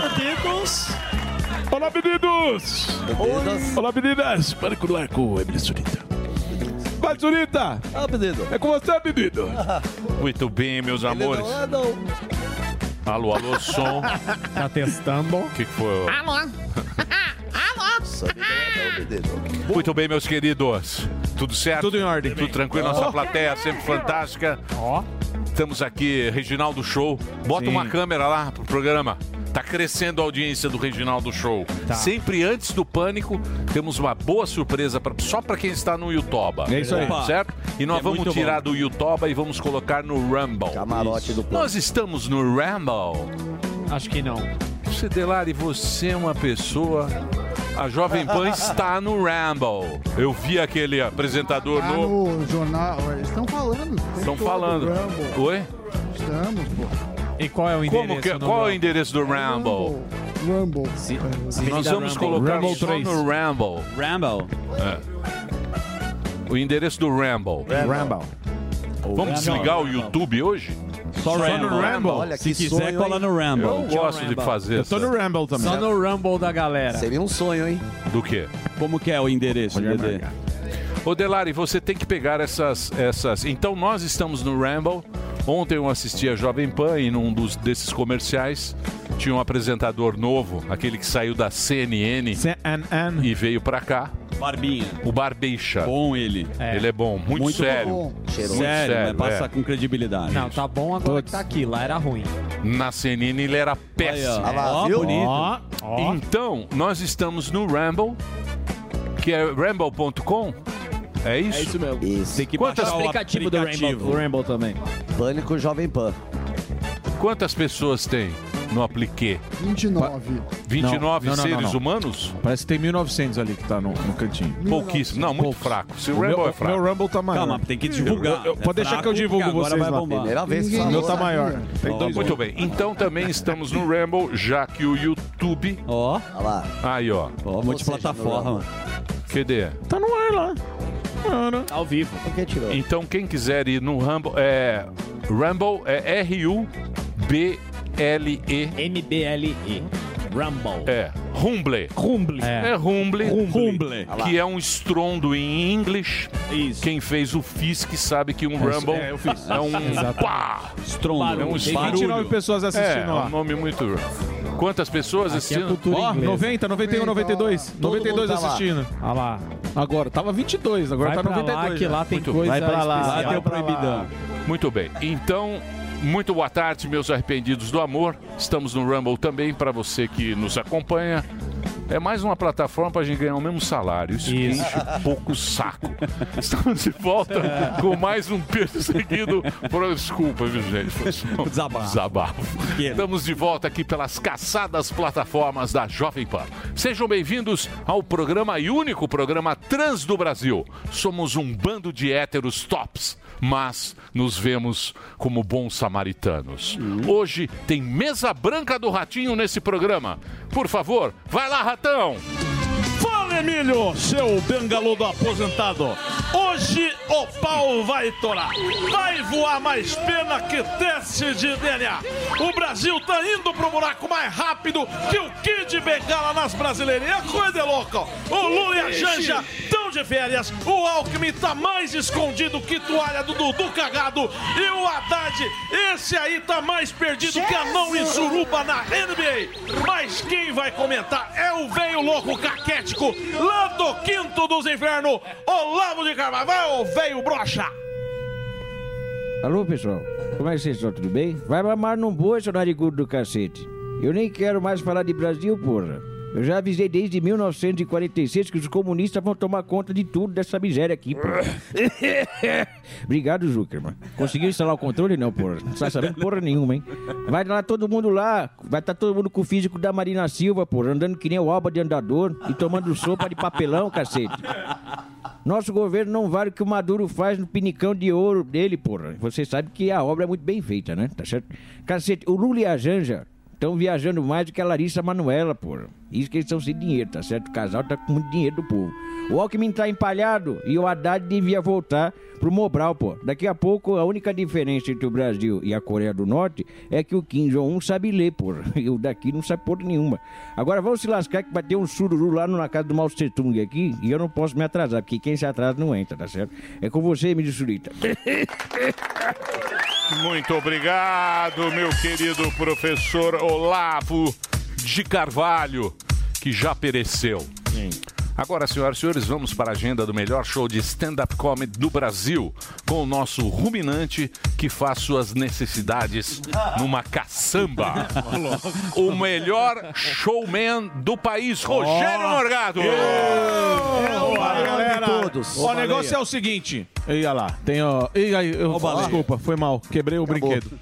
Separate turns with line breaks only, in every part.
meninos! Olá, meninos!
Meninas.
Olá, meninas! Para com o Larco, Emily Surita. Vai, Surita!
Ah, menino.
É com você, menino!
Muito bem, meus amores.
né?
Alô, alô, som.
Tá testando.
O que, que foi?
Alô?
é
Muito bem, meus queridos. Tudo certo? Tudo em ordem. Tudo tranquilo. Nossa
Ó.
plateia sempre fantástica. Ó. Estamos aqui, Reginaldo Show. Bota
Sim.
uma câmera lá pro programa. Tá crescendo a audiência do Reginaldo Show.
Tá.
Sempre antes do pânico, temos uma boa surpresa pra, só para quem está no Yutoba.
É isso aí.
Opa. Certo? E nós
É muito
vamos
bom.
tirar do Yutoba e vamos colocar no Rumble. Camarote do Nós estamos no Rumble.
Acho que não.
Cedelari, você é uma pessoa. A Jovem Pan está no Rumble. Eu vi aquele apresentador
Tá
no.
no jornal. Eles estão falando. tem
Estão
todo
falando.
o Rumble.
Oi?
Estamos, pô.
E qual é o
Como que, qual é o endereço do Rumble?
Rumble.
Nós
Avenida
vamos
Rumble.
colocar
Rumble
só
3.
no Rumble. Rumble. É. O endereço do Rumble.
Rumble.
Vamos desligar o YouTube hoje?
Só Rumble. Olha, que sonho, hein?
Eu gosto de fazer.
Eu tô no
essa-
Rumble também.
Só no Rumble da galera.
Seria um sonho, hein?
Do quê?
Como que é o endereço, Dedê?
Ô Delari, você tem que pegar essas, essas. Então nós estamos no Ramble. Ontem eu assisti a Jovem Pan e num dos, desses comerciais tinha um apresentador novo, aquele que saiu da CNN e veio pra cá.
Barbinha.
O Barbeixa.
Bom ele.
Ele é bom, muito,
Muito
sério.
bom.
Muito
Sério, né? Passa
é.
com credibilidade.
Não, tá bom agora que tá aqui. Lá era ruim.
Na CNN ele era péssimo.
Olha lá, Ó, viu? bonito. Ó, ó.
Então, nós estamos no Ramble, que é ramble.com. É isso?
É isso
mesmo.
Tem que
Quantas
baixar é o aplicativo, do Rainbow. Do Rainbow também.
Pânico Jovem Pan. Quantas pessoas tem no apliquê?
29.
29
Não, não, não,
seres
não, não.
humanos?
Parece que tem 1900 ali que tá no, no cantinho.
Pouquíssimo. Não, muito fraco. Se o
O meu-
Ramble é
o
fraco.
meu Rumble tá maior. Calma, tem que divulgar. Eu- eu- É pode deixar fraco, que eu divulgo agora vocês vai lá. bombar. Primeira vez que Ninguém falou. tá maior. Tem
Ó,
dois
muito
homens.
bem. Então também estamos no Ramble, já que o YouTube. Ó. lá. Aí, ó. Ó,
multiplataforma.
Cadê?
Tá no ar lá.
Ao vivo.
é,
Então, quem quiser ir no Rumble, é. Rumble é R-U-B-L-E. M-B-L-E. Rumble. É. Rumble. Rumble. É, Rumble. Rumble. Que é um estrondo em inglês. Isso. Quem fez o Fisk sabe que um
É,
Rumble
é, eu fiz.
é um
Exato.
pá.
Estrondo.
É um
Tem
estrondo.
29 pessoas assistindo
é, É
lá. é
um nome muito... Quantas pessoas assistindo?
Ó, 90, 91, 92. 92 assistindo.
Olha lá.
Agora, tava 22, agora
Vai
tá
pra lá,
92.
que
né?
lá tem
Muito
coisa
bem.
especial.
tem o
Vai pra lá.
proibidão.
Muito bem. Então, muito boa tarde, meus arrependidos do amor. Estamos no Rumble também, para você que nos acompanha. É mais uma plataforma para a gente ganhar o mesmo salário. Isso, que
Isso.
enche um pouco o saco. Estamos de volta com mais um perseguido. Pro... Desculpa, viu, gente? Foi só um Desabafo. Estamos de volta aqui pelas caçadas plataformas da Jovem Pan. Sejam bem-vindos ao programa e único programa trans do Brasil. Somos um bando de héteros tops, mas nos vemos como bons samaritanos. Hoje tem mesa branca do Ratinho nesse programa. Por favor, vai lá, Ratão!
Fala, Emílio, seu bengaludo aposentado. Hoje o pau vai torar. Vai voar mais pena que teste de DNA. O Brasil tá indo pro buraco mais rápido que o Kid Bengala nas brasileiras. E a coisa é louca. ó. O Lula e a Janja tão de férias. O Alckmin tá mais escondido que toalha do Dudu cagado. E o Haddad, esse aí tá mais perdido que anão e suruba na NBA. Mas quem vai comentar é o velho louco caquético lá do quinto dos infernos, Olavo de Carvalho. Vai, ô velho brocha!
Alô, pessoal. Como é que vocês estão? Tudo bem? Vai mamar num boi, seu narigudo do cacete. Eu nem quero mais falar de Brasil, porra. Eu já avisei desde 1946 que os comunistas vão tomar conta de tudo dessa miséria aqui, porra. Obrigado, Zuckerman. Conseguiu instalar o controle? Não, porra. Não tá sabendo porra nenhuma, hein? Vai lá todo mundo lá. Vai estar todo mundo com o físico da Marina Silva, porra. Andando que nem o Alba de Andador e tomando sopa de papelão, cacete. Nosso governo não vale o que o Maduro faz no pinicão de ouro dele, porra. Você sabe que a obra é muito bem feita, né? Tá certo? Cacete, o Lula e a Janja Estão viajando mais do que a Larissa Manuela, porra. Isso que eles estão sem dinheiro, tá certo? O casal tá com muito dinheiro do povo. O Alckmin tá empalhado e o Haddad devia voltar pro Mobral, pô. Daqui a pouco, a única diferença entre o Brasil e a Coreia do Norte é que o Kim Jong-un sabe ler, pô. E o daqui não sabe porra nenhuma. Agora vamos se lascar que vai ter um sururu lá na casa do Mao Tse Tung aqui e eu não posso me atrasar, porque quem se atrasa não entra, tá certo? É com você, Emílio Surita.
Muito obrigado, meu querido professor Olavo de Carvalho, que já pereceu. Agora, senhoras e senhores, vamos para a agenda do melhor show de stand-up comedy do Brasil, com o nosso ruminante que faz suas necessidades numa caçamba. o melhor showman do país, Rogério Morgado.
Fala, galera.
todos.
Ó, o negócio é o seguinte. Ia lá, Tá, tem ó. Ih, aí, eu, desculpa, foi mal. Quebrei o brinquedo.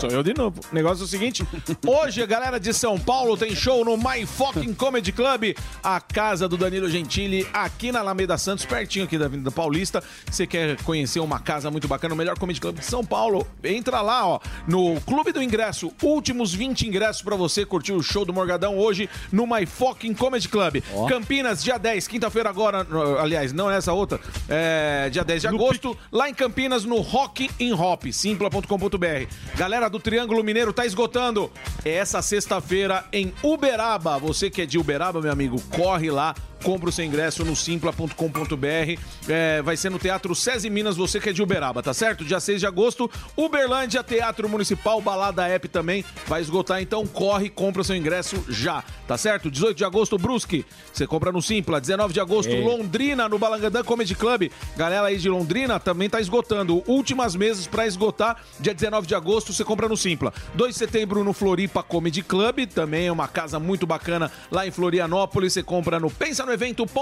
Sou eu de novo. O negócio é o seguinte: hoje a galera de São Paulo tem show no My Fucking Comedy Club, a casa do Danilo Gentili, aqui na Alameda Santos, pertinho aqui da Avenida Paulista. Você quer conhecer uma casa muito bacana, o melhor comedy club de São Paulo? Entra lá, ó, no Clube do Ingresso. Últimos 20 ingressos pra você curtir o show do Morgadão hoje no My Fucking Comedy Club. Campinas, dia 10, quinta-feira agora, no- aliás, não essa outra, é, dia 10 de agosto, lá em Campinas, no Rock in Hop, simpla.com.br. Galera do Triângulo Mineiro tá esgotando. É essa sexta-feira em Uberaba. Você que é de Uberaba, meu amigo, corre lá. Compra o seu ingresso no simpla.com.br. É, vai ser no Teatro SESI Minas, você que é de Uberaba, tá certo? Dia 6 de agosto, Uberlândia, Teatro Municipal, Balada App também vai esgotar. Então corre, compra o seu ingresso já, tá certo? 18 de agosto, Brusque, você compra no Simpla. 19 de agosto,
Ei.
Londrina. Londrina, no Balangandã Comedy Club. Galera aí de Londrina também tá esgotando. Últimas meses pra esgotar. Dia 19 de agosto você compra no Simpla. 2 de setembro no Floripa Comedy Club, também é uma casa muito bacana lá em Florianópolis. Você compra no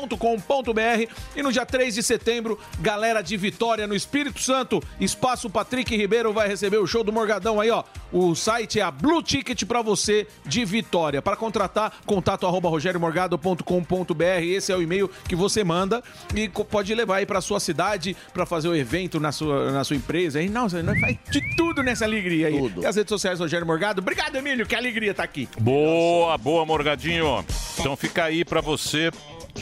pensanoevento.com.br e no dia 3 de setembro, galera de Vitória no Espírito Santo, espaço Patrick Ribeiro vai receber o show do Morgadão aí, ó. O site é a Blue Ticket pra você de Vitória. Pra contratar, contato arroba rogeriomorgado.com.br. Esse é o e-mail que você manda e co- pode levar aí pra sua cidade pra fazer o evento na sua, na sua empresa. Aí, nossa, nós faz de tudo nessa alegria aí. E as redes sociais Rogério Morgado. Obrigado, Emílio, que alegria tá aqui.
Boa, boa, Morgadinho. Então fica aí pra você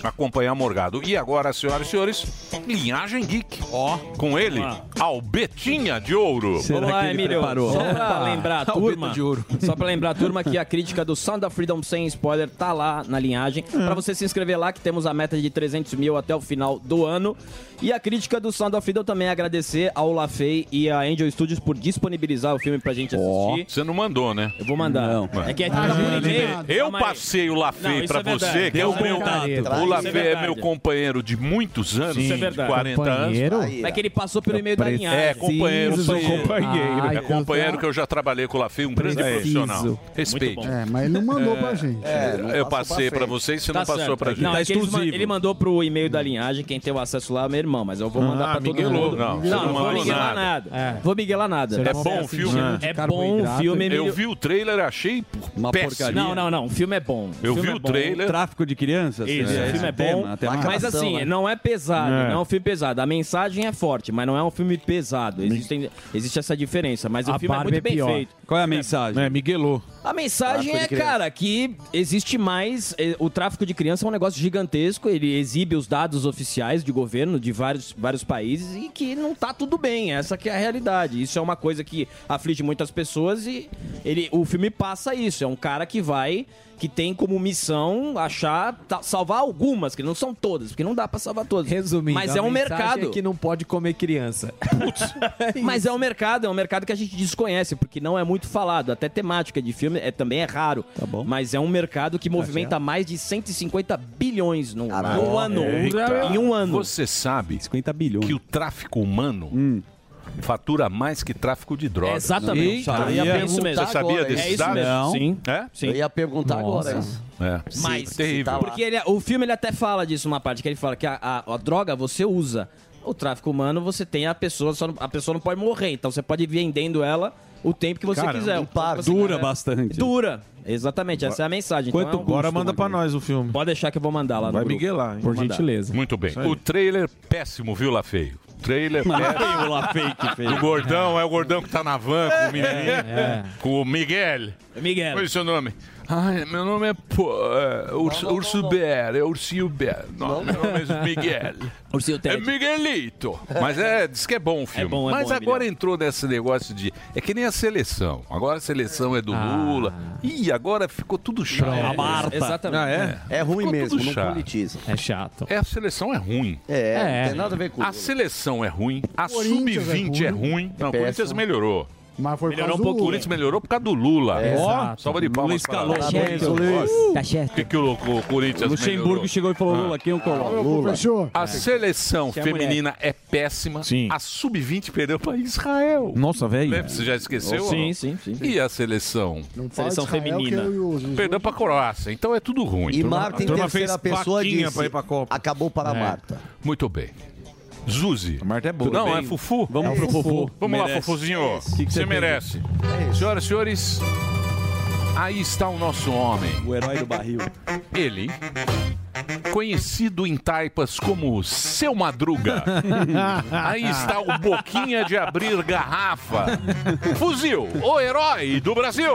acompanhar Morgado. E agora, senhoras e senhores, Linhagem Geek. Ó, com ele, Albetinha de Ouro.
Olá, Ah. Emílio. Só pra
Ah,
lembrar,
tá
turma. Só pra lembrar, turma, que a crítica do Sound of Freedom sem spoiler tá lá na linhagem.
É.
Pra você se inscrever lá, que temos a meta de 300 mil até o final do ano. E a crítica do Sound of Freedom também é agradecer ao Lafay e a Angel Studios por disponibilizar o filme pra gente assistir.
Você não mandou, né?
Eu vou mandar. É que é tudo por e-mail.
Eu
Calma aí.
passei o
Não,
Lafê
isso
pra
é verdade.
você, que é
Deu
o meu.
contato.
O
Isso
Lafê
é
é
verdade.
meu companheiro de muitos anos,
Sim, isso é
de
verdade.
40
Companheiro?
anos.
Mas que ele passou pelo e-mail da
Preciso.
linhagem.
É, companheiro.
Preciso. Ai,
é companheiro que eu já trabalhei com o Lafê, um grande
Preciso.
profissional. Respeite.
É, mas ele não mandou pra gente.
É, eu passei pra vocês, você não passou pra gente. Tá
Não, é que eles man- Ele mandou pro e-mail da linhagem, quem tem o acesso lá é meu irmão, mas eu vou mandar
Ah,
pra todo
miguelou.
mundo.
Não,
não,
você não
não vou
mandou
miguelar
nada.
nada. Vou miguelar nada.
É
um
bom o filme?
É bom o filme, Emílio.
Eu vi o trailer é e achei uma
porcaria. Não, não, não. O filme é bom.
Eu
filme
vi
é
o
bom.
trailer.
Tráfico de crianças?
Isso,
né?
o filme é
Esse
bom,
tema, tema.
mas assim, não é pesado,
né? É.
não é um filme pesado. A mensagem é forte, mas não é um filme pesado. Existem, existe essa diferença, mas o filme é muito bem feito.
Qual é a mensagem? É,
Miguelou.
A mensagem
Tráfico de
é,
criança.
cara, que existe mais. eh, O tráfico de criança é um negócio gigantesco. Ele exibe os dados oficiais de governo de vários, vários países e que não tá tudo bem. Essa que é a realidade. Isso é uma coisa que aflige muitas pessoas e ele, o filme passa isso. É um cara que vai. Que tem como missão achar, ta- salvar algumas, que não são todas, porque não dá pra salvar todas.
Resumindo,
mas
a
é um
mensagem
mercado.
é que não pode comer criança.
Mas é um mercado, é um mercado que a gente desconhece, porque não é muito falado. Até temática de filme é, também é raro. Tá bom. Mas é um mercado que movimenta mais de 150 bilhões no, no Um ano.
Eita.
Em um ano. Hum.
Você sabe que o tráfico humano fatura mais que tráfico de drogas.
Exatamente. Eita, eu ia
é
perguntar
Você sabia
agora,
desse
é isso
dado?
mesmo. Não. Sim.
É?
Sim. Eu ia perguntar agora Nossa. isso.
É.
Mas,
terrível.
porque ele- é, o filme ele até fala disso uma parte, que ele fala que a, a- a droga você usa. O tráfico humano você tem a pessoa, só não- a pessoa não pode morrer, então você pode ir vendendo ela o tempo que você
Cara,
quiser.
um
O tempo que você
Dura
quiser.
bastante.
Dura, exatamente, essa é a mensagem.
Quanto
então é um
Agora
custo,
manda pra nós o filme.
Pode deixar que eu vou mandar lá
Vai
no grupo.
miguelar, hein?
Vou mandar.
Muito bem. O trailer péssimo, viu, Lafeio? trailer
Mas
pé
tem o lá fake, fake.
do gordão, é o gordão que tá na van com o menininho,
É, é.
com o Miguel.
Miguel.
Qual é o seu nome? Ai, meu nome é, pô, é Urso, Urso Bear, é Ursinho Bear. Não, meu nome é Miguel.
Ursinho
É
Ted.
Miguelito. Mas é, diz que é bom o filme.
bom, é
Mas
bom, é
agora entrou nesse negócio de. É que nem a seleção. Agora a seleção é do
Ah.
Lula. Ih, agora ficou tudo chato.
É, Exatamente.
É ruim
Ficou
mesmo,
tudo
não
chato.
politiza.
É chato.
É, a seleção é ruim.
É,
É.
não tem nada a ver com
A seleção é ruim, a
Corinthians
sub-20
é
é
ruim.
ruim. Não, o
péssimo.
Corinthians melhorou.
Mas foi
Melhorou
por causa
um
do- É.
O Corinthians melhorou por causa do Lula. Ó,
Exato.
salva de palmas. escalou.
Tá
O
bom,
Gente,
Luiz.
Tá certo.
que, que o, o Corinthians melhorou? Ah.
Luxemburgo chegou e falou: Lula, quem eu coloco?
Ô, Fechou?
É.
A seleção
é
feminina é péssima.
Sim.
A sub-20 perdeu para Israel.
Nossa, velho.
Lembra? Você já é esqueceu?
Sim, sim, sim.
E a seleção
Não fala
Seleção
de Israel, que é
feminina.
eu e o Zuzu-
perdeu para Croácia. Então é tudo ruim.
E Marta, em
turma
terceira
fez
pessoa,
vaquinha
disse,
pra ir pra Copa.
acabou para Marta.
É. Muito bem. Zuzi.
Marta é boa.
Não,
Bem.
é Fufu?
Vamos pro Fufu.
Vamos lá,
Merece.
Fufuzinho.
que que
você
você
merece. Senhoras e senhores, aí está o nosso homem.
O herói do barril.
Ele, conhecido em taipas como Seu Madruga. Aí está o Boquinha de Abrir Garrafa. Fuzil, o herói do Brasil.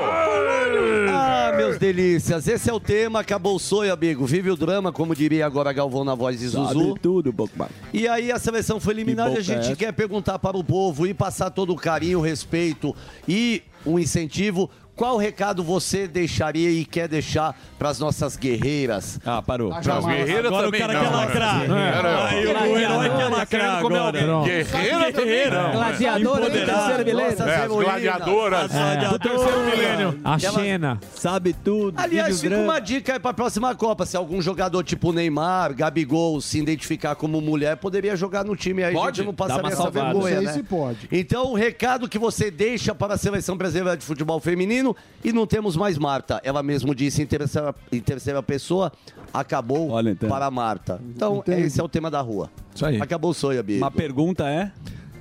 Ah, meus delícias, esse é o tema, acabou o sonho, amigo. Vive o drama, como diria agora Galvão na voz de Zuzu.
tudo, Bocba.
E aí a seleção foi eliminada e a
Pipoca é
gente
essa?
quer perguntar para o povo e passar todo o carinho, o respeito e o incentivo. Qual recado você deixaria e quer deixar para as nossas guerreiras?
Ah, parou.
Não, guerreira
Agora o
também
cara
não.
quer lacrar.
Guerreira- Tá
Aí o herói quer lacrar agora.
Guerreira também não.
Gladiador, hein? Terceiro beleza.
Nossas
É, as
heroínas.
gladiadoras.
É.
Gladiador.
A
Ela-
Xena.
Sabe tudo.
Aliás, fica uma dica aí pra próxima Copa. Se algum jogador tipo Neymar, Gabigol, se identificar como mulher, poderia jogar no time aí.
Pode?
gente não
Dá
passaria
uma
essa
salvada.
vergonha,
Não sei
né?
se pode.
Então, o recado que você deixa para a Seleção Brasileira de Futebol Feminino e não temos mais Marta. Ela mesmo disse em terceira, em terceira pessoa, acabou
Olha, então.
para a Marta. Então,
Entendi.
esse é o tema da rua.
Isso aí.
Acabou o sonho, Bia.
Uma pergunta é?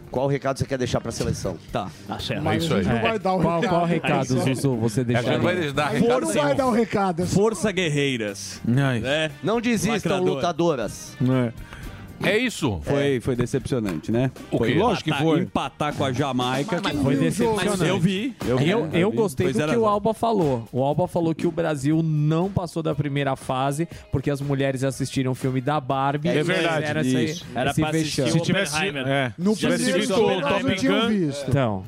Qual recado você quer deixar para a Seleção?
Tá.
É isso
A
aí.
gente não vai
um
dar o
Qual,
recado.
qual recado, Zuzu, você
A gente não
deixaria?
vai dar
A gente não vai
recado
dar o recado. é só-
Força Guerreiras.
Ai.
Né?
É. Não desistam,
Lacradora.
lutadoras.
É isso.
Foi, foi decepcionante, né?
O quê?
Lógico que
Empatar-
foi.
Empatar com a Jamaica.
Mas
Foi
viu o jogo?
decepcionante.
eu vi. Eu, vi,
né? Eu, eu
vi.
gostei
Foi
do
zero
que
a
o
zero.
Alba falou. O Alba falou que o Brasil não passou da primeira fase porque as mulheres assistiram o filme da Barbie.
É
E
verdade,
Era, esse-
isso.
era esse vexame.
Se tivesse, é,
No
se tivesse
primeiro
visto
jogo,
o
elas não
Top
tinham
Gun,
visto.
Então.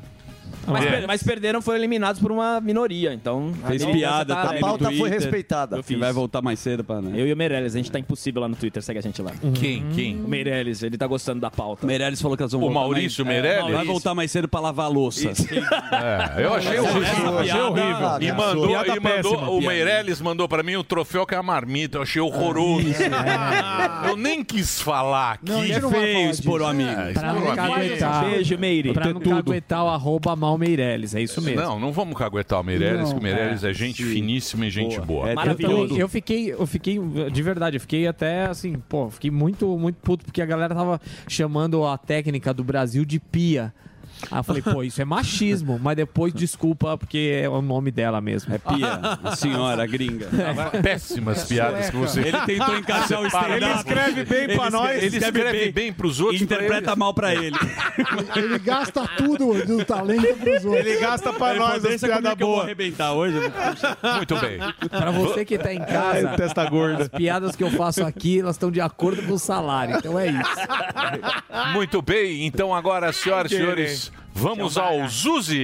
Mas,
É.
per- mas perderam, foram eliminados por uma minoria. Então.
Fez
a
piada
tá-
A
também.
pauta foi
Twitter.
respeitada.
Eu
Que
fiz.
vai voltar mais cedo pra... Né?
Eu e o Meirelles, a gente tá impossível lá no Twitter, segue a gente lá.
Uhum. Quem? Quem?
O Meirelles, ele tá gostando da pauta.
Meirelles falou que elas vão
O
voltar
Maurício
mais...
Meirelles?
Vai voltar mais cedo pra lavar a louça.
É, eu achei horrível.
Achei
é
horrível.
E mandou, e mandou o Meirelles mandou pra mim o troféu que é a marmita. Eu achei horroroso. Eu nem quis falar aqui. É,
é. Não, a gente não vai falar
Feio
disso.
expor o amigo.
Pra não caguetar.
Beijo, Meire.
Pra não caguetar o arroba mal Meirelles. É isso mesmo.
Não, não vamos caguetar o Meirelles,
Não.
que o Meirelles é, gente finíssima e gente boa.
É,
Eu,
Maravilhoso.
também, eu fiquei, eu fiquei, de verdade, eu fiquei até assim, pô, fiquei muito, muito puto porque a galera tava chamando a técnica do Brasil de pia. Aí eu falei, pô, isso é machismo, mas depois desculpa porque é o nome dela mesmo.
É pia, a senhora gringa.
Péssimas piadas que você.
Ele tentou encaixar o stand
Ele escreve
bem pra nós. Ele
Ele
escreve,
escreve
bem.
bem pros outros.
e interpreta mal pra ele.
Ele gasta tudo do talento pros outros.
Ele gasta pra
Ele
nós
falou,
as
"Deixa comigo
piadas
que eu vou
boas.
arrebentar hoje.
pra ele. Muito bem.
Pra você que tá em casa,
Testa
as
gorda.
piadas que eu faço aqui, elas estão de acordo com o salário, então é isso.
Ah!
Muito bem. Então agora, senhoras e senhores, vamos ao Zuzi.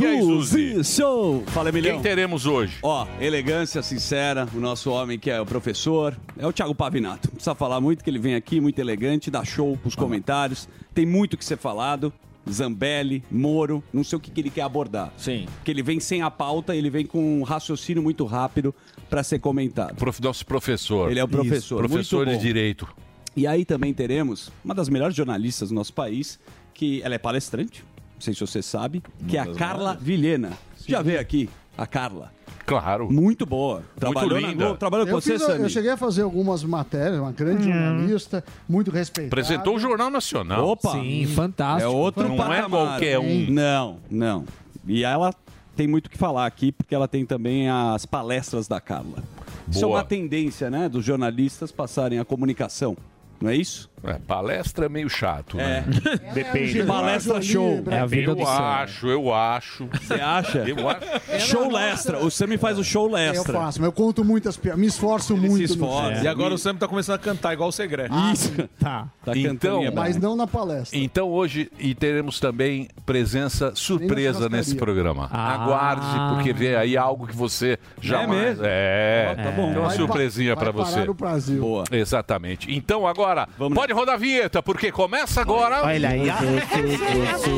E aí, Zuzi?
Zuzi, show! Fala, Emilhão.
Quem teremos hoje?
Ó, elegância sincera, o nosso homem que é o professor, é o Thiago Pavinato. Não precisa falar muito, que ele vem aqui muito elegante, dá show pros comentários, tem muito o que ser falado. Zambelli, Moro, não sei o que, que ele quer abordar.
Sim.
Porque ele vem sem a pauta, ele vem com um raciocínio muito rápido pra ser comentado.
Prof- Nosso professor.
Ele é o professor. muito
Professor de
bom.
Direito.
E aí também teremos uma das melhores jornalistas do nosso país, que ela é palestrante, não sei se você sabe, que é a Carla Vilhena. Já veio aqui a Carla.
Claro.
Muito boa. Trabalhou na
linda.
Globo, trabalhou com
Eu,
você,
fiz- eu
Sammy?
cheguei a fazer algumas matérias, uma grande jornalista, muito respeitada.
Apresentou o Jornal Nacional.
Opa!
Sim, fantástico.
É outro
Não é
patamar.
qualquer um.
Não, não. E ela tem muito o que falar aqui, porque ela tem também as palestras da Carla. Isso é
Boa.
uma tendência, né, dos jornalistas passarem a comunicação, não é isso?
É, palestra é meio chato, né?
Depende. É um Palestra Jolie, show. né? É a vida
eu
do Sam. É
acho, eu acho. Você
acha?
Eu acho.
Show
né?
Lestra. O Sammy faz o show
É, Eu
Lestra.
faço, mas eu conto muitas piadas, me esforço muito.
se
no
esforça.
É.
show.
E
Agora o Sam tá começando a cantar igual o Segredo.
Ah.
Isso. Tá.
Então,
Mas não na palestra.
então hoje e teremos também presença surpresa nesse programa.
Ah.
Aguarde, porque vem aí algo que você jamais.
mesmo?
É.
Ó, tá bom.
Tem uma
Vai
surpresinha
pa-
pra
vai
você.
parar o Brasil.
Boa. Exatamente. Então agora, pode rodar a vinheta, porque começa agora.
Olha aí, ó.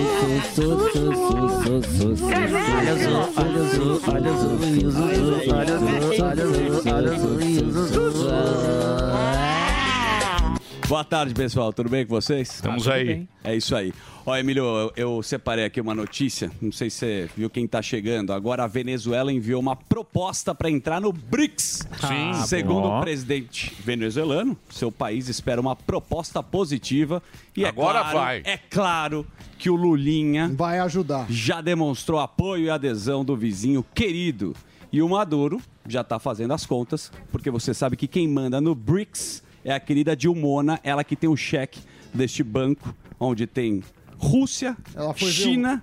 Boa tarde, pessoal. Tudo bem com vocês? Estamos
aí. bem.
É isso aí. Ó, Emílio, eu, eu separei aqui uma notícia. Não sei se você viu quem tá chegando. Agora a Venezuela enviou uma proposta para entrar no BRICS.
Sim.
Segundo
bom.
o presidente venezuelano, seu país espera uma proposta positiva. E
Agora
é claro,
vai.
É claro que o Lulinha
vai ajudar.
Já demonstrou apoio e adesão do vizinho querido. E o Maduro já está fazendo as contas, porque você sabe que quem manda no BRICS é a querida Dilmona, ela que tem o cheque deste banco, onde tem Rússia,
Ela foi ver o-
China,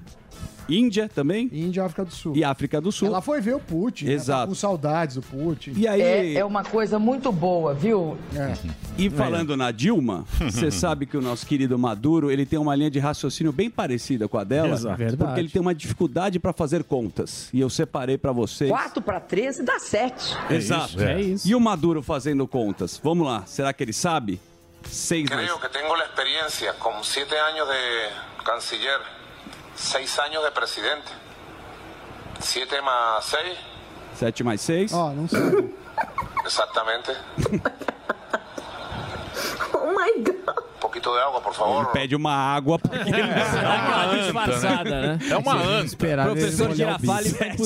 Índia também.
Índia, África do Sul.
E África do Sul.
Ela foi ver o Putin. né?
Exato.
Tá Com saudades do Putin.
E aí- É- é
uma coisa muito boa, viu?
É.
E falando na Dilma, você sabe que o nosso querido Maduro, ele tem uma linha de raciocínio bem parecida com a dela,
Exato.
porque
Verdade.
ele tem uma dificuldade para fazer contas. E eu separei para vocês.
4 para 13 dá 7.
É Exato.
é
E o Maduro fazendo contas. Vamos lá, será que ele sabe? Seis meses.
Creo que tengo la experiencia con siete años de canciller, seis años de presidente. Siete más seis,
Sete mais seis.
Ó, não sei.
exactamente.
Oh my god.
Un poquito de agua, por favor.
Pede uma água porque ele não sabe.
disfarçada, né?
É uma anta.
Esperar Professor é Girafale sete,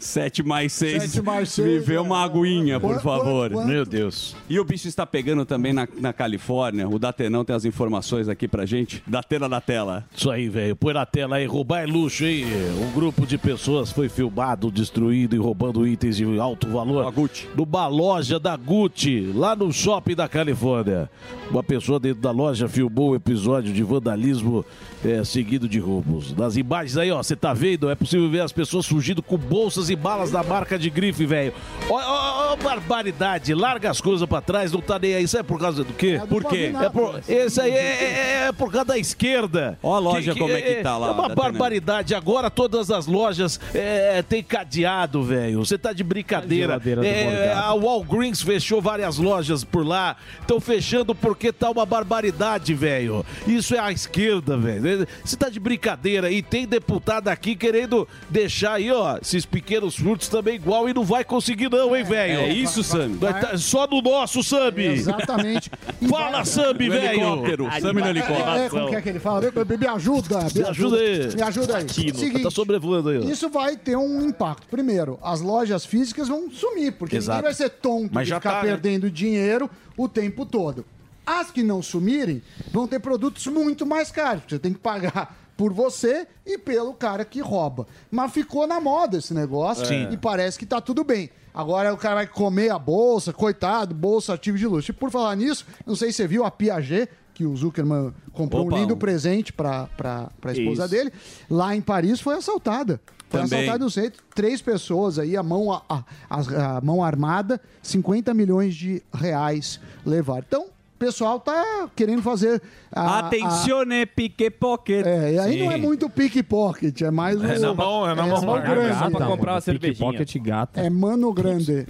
sete mais seis.
Sete mais
Me
seis,
vê uma aguinha, por
Quanto,
favor.
quanto, quanto? Meu
Deus. E o bicho está pegando também na, na Califórnia. O Datenão tem as informações aqui pra gente. Datena da tela.
Isso aí, velho. Põe na tela aí, roubar é luxo, hein? Um grupo de pessoas foi filmado, destruído e roubando itens de alto valor. Numa loja da Gucci, lá no shopping da Califórnia. Uma pessoa dentro da loja filmou um episódio de vandalismo
é,
eh, seguido de roubos. Nas imagens aí, ó, você tá vendo? É possível ver as pessoas fugindo com bolsas e balas da marca de grife, velho. Ó, ó, ó, barbaridade. Larga as coisas pra trás, não tá nem aí. Isso é por causa do quê?
do Por quê?
É por... Esse aí é- é- é por causa da esquerda.
Ó a loja como é que tá lá,
É uma
Datena.
barbaridade. Agora todas as lojas é, têm cadeado, velho. Você tá de brincadeira.
geladeira do
É,
Morgado.
a Walgreens fechou várias lojas por lá. Estão fechando porque tá uma barbaridade, velho. Isso é a esquerda, velho. Você tá de brincadeira. E tem deputado aqui querendo deixar aí, ó, esses pequenos furtos também igual e não vai conseguir não, hein, velho?
é isso, Sam.
Vai tá- Só no nosso, Sami.
Exatamente.
Fala, Sami,
No
velho.
é um helicóptero. Sami no
É, é, como que é que ele fala? Me, me- me ajuda.
Me ajuda aí.
Me ajuda aí.
Tino,
Seguinte,
tá sobrevoando aí, ó.
Isso vai ter um impacto. Primeiro, as lojas físicas vão sumir, porque
Exato.
ninguém vai ser tonto
Mas
de
já
ficar
tá, né?
perdendo dinheiro o tempo todo. As que não sumirem vão ter produtos muito mais caros. Você tem que pagar por você e pelo cara que rouba. Mas ficou na moda esse negócio
Sim.
e parece que tá tudo bem. Agora o cara vai comer a bolsa, coitado, bolsa ativo de luxo. E por falar nisso, não sei se você viu a Piaget, que o Zuckerman comprou
Opa,
um lindo
um-
presente pra, pra, pra esposa
Isso.
dele, lá em Paris foi assaltada. Foi
Também.
assaltada no centro, três pessoas aí, a mão, a, a- a- a mão armada, 50 milhões de reais levar. Então, o pessoal tá querendo fazer. A,
Atencione, pique pocket.
a- e aí não Ah, é muito pickpocket, é mais um.
É na mão, é na mão largada. Dá pra comprar uma cervejinha.
Pickpocket Então, gata. É mano grande.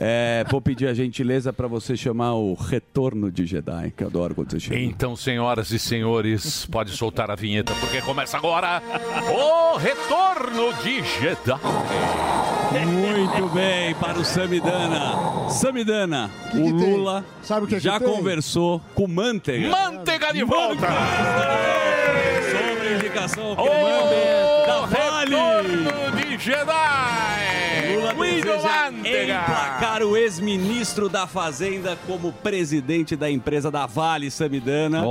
É, vou pedir a gentileza para você chamar o Retorno de Jedi, que eu adoro quando você chama.
Então, senhoras e senhores, pode soltar a vinheta, porque começa agora o Retorno de Jedi.
Muito bem, para o Samidana. Samidana,
Que
o
que tem?
Lula
Sabe o que que
já
tem?
conversou com o Manteiga.
Manteiga de volta!
Sobre a indicação que
O
manda da Vale.
Retorno de Jedi!
Lula
Cuide
seja, emplacar o ex-ministro da Fazenda como presidente da empresa da Vale Samidana.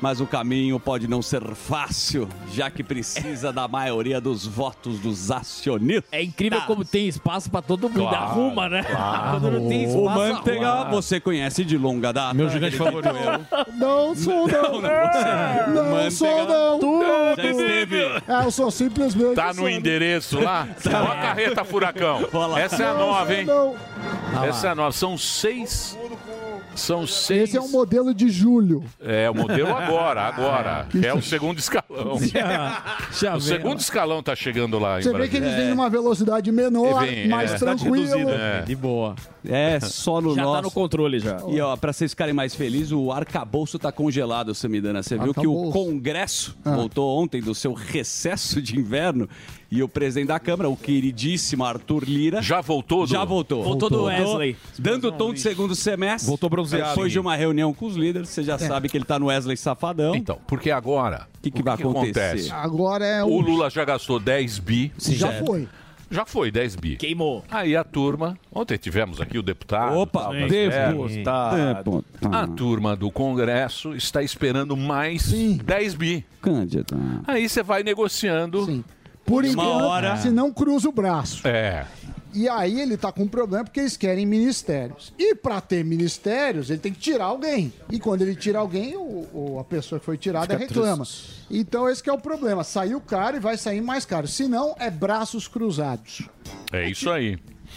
Mas o caminho pode não ser fácil, já que precisa da maioria dos votos dos acionistas. É
Incrível como tem espaço pra todo mundo.
Claro,
Arruma, né?
claro.
Quando não tem espaço,
O Manteiga
arruma.
você conhece de longa data. Meu gigante favorito.
Não sou não. Não,
Manteiga.
sou não.
Já esteve.
Ah, eu sou simplesmente.
Tá no
sou-
endereço lá?
Tá.
Ó a carreta furacão.
lá.
Essa é a
Não,
nova, hein?
não.
Ah lá. Essa é a nova. São seis. São seis.
Esse é um modelo de julho.
É, o modelo agora, agora. É o segundo escalão.
Já-
o segundo escalão tá chegando lá. em
Você vê que
É.
eles
Brasília.
vêm numa velocidade menor,
Ele vem,
mais
é.
tranquilo.
De
boa.
É, só no
Já tá
nosso.
no
controle já. E ó, pra vocês ficarem mais felizes, o arcabouço tá congelado, Samidana. Você viu que o
Arcabouço.
Congresso voltou ontem do seu recesso de inverno e o presidente da Câmara, o queridíssimo Arthur Lira... Já
voltou?
Já voltou.
Voltou do Wesley.
Dando o tom de segundo semestre. Voltou
bronzeado.
Depois de uma reunião com os líderes, você já
É.
sabe que ele tá no Wesley Safadão.
Então, porque agora...
O que, que
o
vai
que que
acontecer?
acontece?
Agora é
O
o.
Lula já gastou 10 bi.
Já foi.
Já foi, 10 bi. Queimou. Aí a turma. Ontem tivemos aqui o deputado.
Opa,
das
deputado.
terras, tá?
É,
A turma do Congresso está esperando mais 10 bi.
Cândido.
Aí você vai negociando.
Por
Uma
enquanto,
hora-
se não cruza o braço.
É.
E aí ele tá com um problema porque eles querem ministérios. E pra ter ministérios, ele tem que tirar alguém. E quando ele tira alguém, o, o- a pessoa que foi tirada
Fica
reclama.
triste.
Então esse que é o problema. Saiu caro e vai sair mais caro. Se não, é braços cruzados.
É isso aí.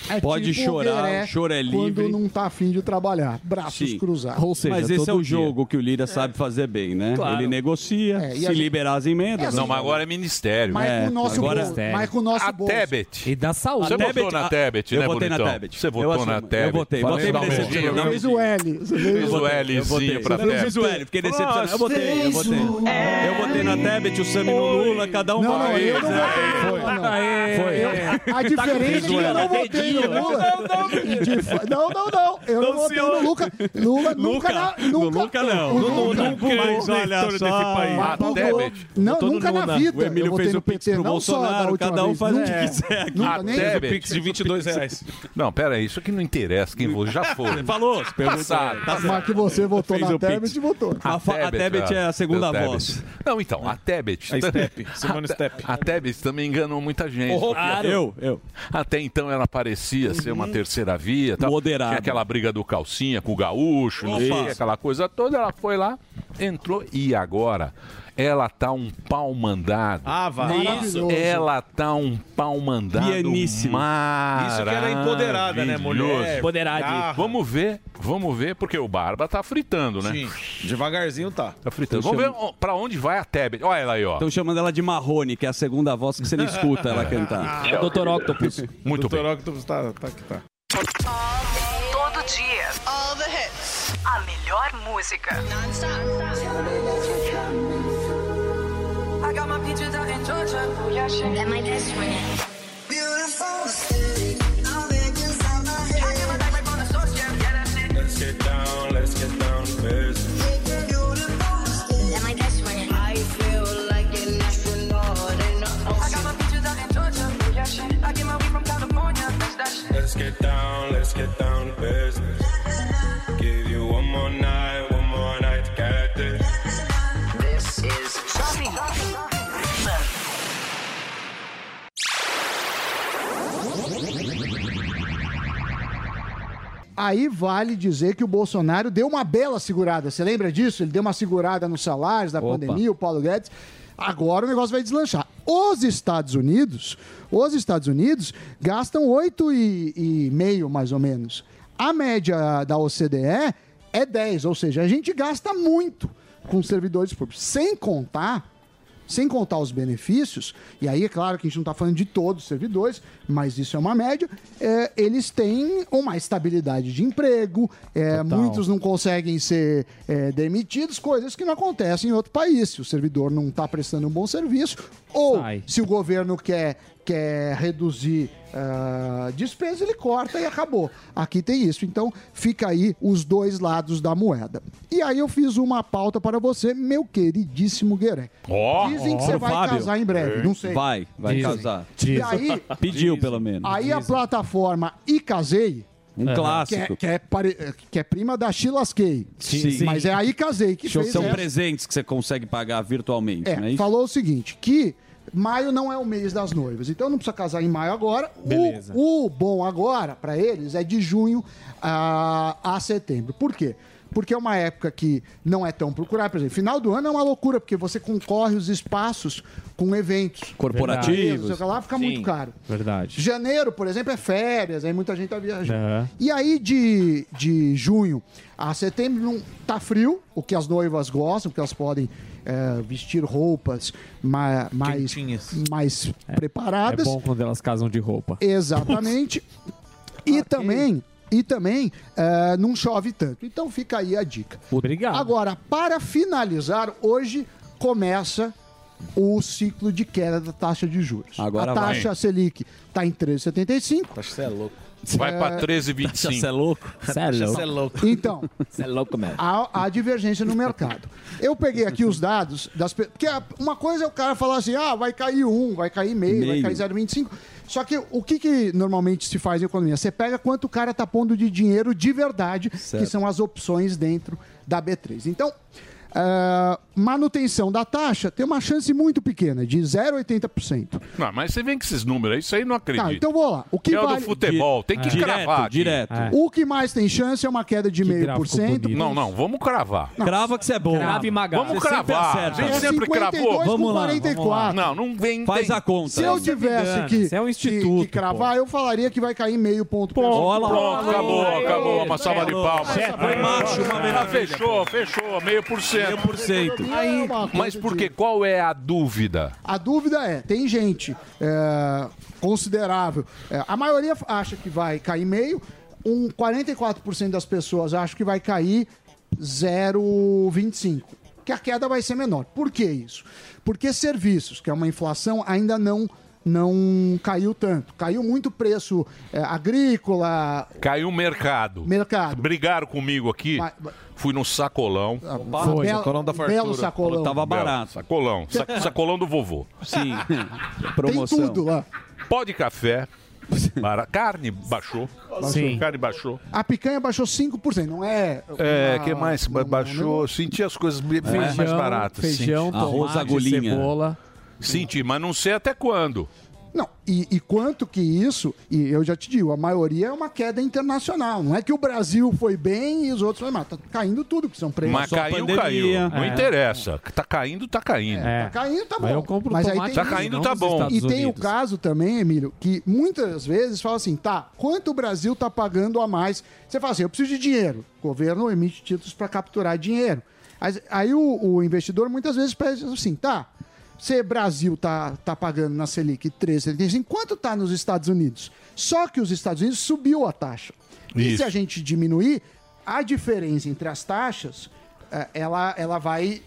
É
Pode
tipo o
chorar,
Gueré
o choro é
Quando
livre.
não tá afim de trabalhar. Braços
Sim.
cruzados.
mas esse é o jogo que o Lira sabe fazer bem, né?
Claro.
Ele negocia,
É, assim, e
se
a gente-
liberar as emendas. né?
Não, mas agora é ministério.
Mas É, com o nosso agora- bolso, mas
com o nosso
a Tebet.
E da saúde.
Você
A
votou
Tebet-
na
a-
Tebet,
eu
né,
votei na
Bonitão?
Tebet.
Você
Eu
votou na
assumo, eu
Tebet.
votei,
Valeu,
votei
dá um
nesse
beijinho, viu?
Fez o L.
Fez o Lzinho pra
Eu não fiz o
Tebet.
L, fiquei decepcionado. Eu botei, eu botei.
É.
Eu botei na Tebet, o Sami no Lula, cada um
Não, não,
vai.
eu não
Aê,
A diferença é que eu não votei no
né?
Lula. E de fa- Não, não, não. Eu não votei no Luca. Lula nunca. na- nunca
não.
o
Não, não,
Nunca.
nunca, mas olha
Mas
só.
votou-
Tebet.
Não,
Votou no
nunca na
Lula.
vida.
O Emílio
Eu votei
fez
no
o Pix
PT,
pro
não só da
Bolsonaro,
última
cada um
vez,
faz o que
nunca.
quiser
É.
aqui.
Nunca,
Ah,
nem-
teve
Tebet.
Pix de 22 reais.
Não, pera aí, isso aqui não interessa quem votou. Já foi.
Falou, pergunta-
Passado.
tá
Mas que você votou
Fez
na
o Pix.
Tebet e votou.
A fa- a Tebet é a segunda
ah, Tebet.
voz.
Não, então, a Tebet.
A Step, Simone
a Te- A Tebet também enganou muita gente.
Oh, Claro. eu, eu.
Até então ela parecia ser uma terceira via. Tal.
Moderada.
Tinha aquela briga do calcinha com o gaúcho, não sei, o
Opa.
quê, aquela coisa toda. Ela foi lá, entrou e agora... Ela tá um pau mandado.
Ah, vai. Isso.
Ela tá um pau mandado.
Pianíssimo. Isso que ela é empoderada, né, mulher?
maravilhoso.
Empoderada.
Ah, Vamos ver, vamos ver, porque o Barba tá fritando, né? Sim.
Devagarzinho tá.
Tá fritando. Vamos ver o- pra onde vai a Tebet. Olha ela aí, ó.
Estão chamando ela de Marrone, que é a segunda voz que você não escuta ela cantar.
É o Dr.
Octopus.
Muito
Doutor Octopus tá, tá aqui, tá.
Todo dia. All the hits. A melhor música. I got my peaches out in Georgia. Oh, yeah, shit. Let my dance swing it. Beautiful city. I'll make you sound my head. I get my back right from the source, yeah. Yeah, that's it.
Let's get down, let's get down to business.
Let my dance swing it. I feel like an astronaut in the ocean. I got my peaches out in Georgia. Oh, yeah, shit. I get my weed from California. That's that shit.
Let's get down, let's get down to business. Give you one more night, one more night to get this.
This is Shopping.
Aí vale dizer que o Bolsonaro deu uma bela segurada. Você lembra disso? Ele deu uma segurada nos salários da
Opa.
pandemia, o Paulo Guedes. Agora o negócio vai deslanchar. Os Estados Unidos, os Estados Unidos gastam 8,5 e, e meio, mais ou menos. A média da OCDE é 10, ou seja, a gente gasta muito com servidores públicos, sem contar sem contar os benefícios, e aí é claro que a gente não está falando de todos os servidores, mas isso é uma média, é, eles têm uma estabilidade de emprego, é, muitos não conseguem ser é, demitidos, coisas que não tá acontecem em outro país. Se o servidor não está prestando um bom serviço, ou se o governo quer quer reduzir ah, despesa, ele corta e acabou. Aqui tem isso. Então fica aí os dois lados da moeda. E aí eu fiz uma pauta para você, meu queridíssimo Guerreiro.
Ó,
Dizem que
ó.
você
Pro
vai
Fábio.
casar em breve, não sei.
Vai, vai
Dizem.
casar.
E aí,
Pediu, pelo menos.
aí a plataforma E Casei.
Um
que é-
clássico.
Que é, pare- que é prima da Chilasquei.
Sim. Sim.
Mas é aí casei que fez
São
essa-
presentes que você consegue pagar virtualmente,
é,
não é isso?
falou o seguinte, que maio não é o mês das noivas, então não precisa casar em maio agora. O-
Beleza.
O, bom agora, pra eles, é de junho a, a setembro. Por quê? Porque é uma época que não é tão procurada. Por exemplo, final do ano é uma loucura, porque você concorre os espaços com eventos.
Corporativos.
Empresas, sei o que lá, fica
Sim.
muito caro.
Verdade.
Janeiro, por exemplo, é férias, aí muita gente tá viajando.
Aham.
E aí de, de junho a setembro não tá frio, o que as noivas gostam, porque elas podem eh, vestir roupas ma- mais, mais
É
preparadas.
bom quando elas casam de roupa.
Exatamente. e também, e também eh, não chove tanto. Então fica aí a dica.
Obrigado.
Agora, para finalizar, hoje começa o ciclo de queda da taxa de juros.
Agora
a
vai.
taxa Selic está em 13,75.
Acho que você é louco.
Vai pra 13,25.
Você é louco?
Cê é louco. Cê é louco. Então.
Você é louco mesmo.
Há, há divergência no mercado. Eu peguei aqui os dados das pe- porque a- uma coisa é o cara falar assim: "Ah, vai cair um, vai cair meio, vai
Meio.
cair 0,25". Só que o que, que normalmente se faz em economia? Você pega quanto o cara tá pondo de dinheiro de verdade, que são as opções dentro da B3. Então, ah, manutenção da taxa tem uma chance muito pequena, de 0,80%.
Não, mas você vem com esses números aí, isso aí não acredito.
Tá, então vou lá. O que
é o
vale-
do futebol, tem que
Direto,
cravar. aqui.
direto.
O que mais tem chance é uma queda de meio por cento.
Não, não, vamos cravar.
Crava que você é bom.
Crava e magalha. Vamos
Você sempre
cravar.
acerta.
A gente sempre cravou.
Vamos lá, vamos lá.
Não, não vem.
Faz
tem-
a conta.
Se eu tivesse que,
Você é um
que-
instituto,
que cravar, eu falaria que vai cair meio ponto.
Pronto,
percentual.
pronto, acabou, acabou. Uma salva de palmas.
Foi
macho, uma Fechou, fechou, meio por cento. Meio por
cento.
Mas por quê? Qual é a dúvida?
A dúvida é, tem gente é, considerável. é, a maioria acha que vai cair meio, um 44% das pessoas acha que vai cair 0,25%. Que a queda vai ser menor. Por que isso? Porque serviços, que é uma inflação, ainda não não caiu tanto. Caiu muito o preço é, agrícola,
Caiu o mercado.
Mercado.
Brigaram comigo aqui. Fui no sacolão.
Foi, belo- sacolão da fartura. belo sacolão. Falou, tava
Belo
barato.
Sacolão. Sa- sacolão do vovô.
Sim.
tem tudo lá.
Pó de café. bara- Carne baixou.
Sim.
Carne baixou.
A picanha baixou 5%, não é...
É,
uma-
que mais ba- baixou? Senti as coisas bem- bem mais
Feijão,
baratas.
feijão,
Senti.
Arroz, tomate, agulhinha. cebola.
Senti, mas não sei até quando.
Não, e, e quanto que isso, e eu já te digo, a maioria é uma queda internacional. Não é que o Brasil foi bem e os outros foram mal. Tá caindo tudo, que são preços.
Mas caiu, caiu. Não interessa. Tá caindo, tá caindo.
Tá caindo, tá bom.
É. Mas eu compro tomate Tá caindo, não tá nos bom. Estados
um E tem o
Unidos.
caso também, Emílio, que muitas vezes fala assim, tá, quanto o Brasil tá pagando a mais? Você fala assim, eu preciso de dinheiro. O governo emite títulos para capturar dinheiro. Aí, aí o, o investidor muitas vezes pede assim, tá, se Brasil tá, tá pagando na Selic 13,75, quanto tá nos Estados Unidos? Só que os Estados Unidos subiu a taxa. E se
Isso.
a gente diminuir, a diferença entre as taxas, eh, ela, ela vai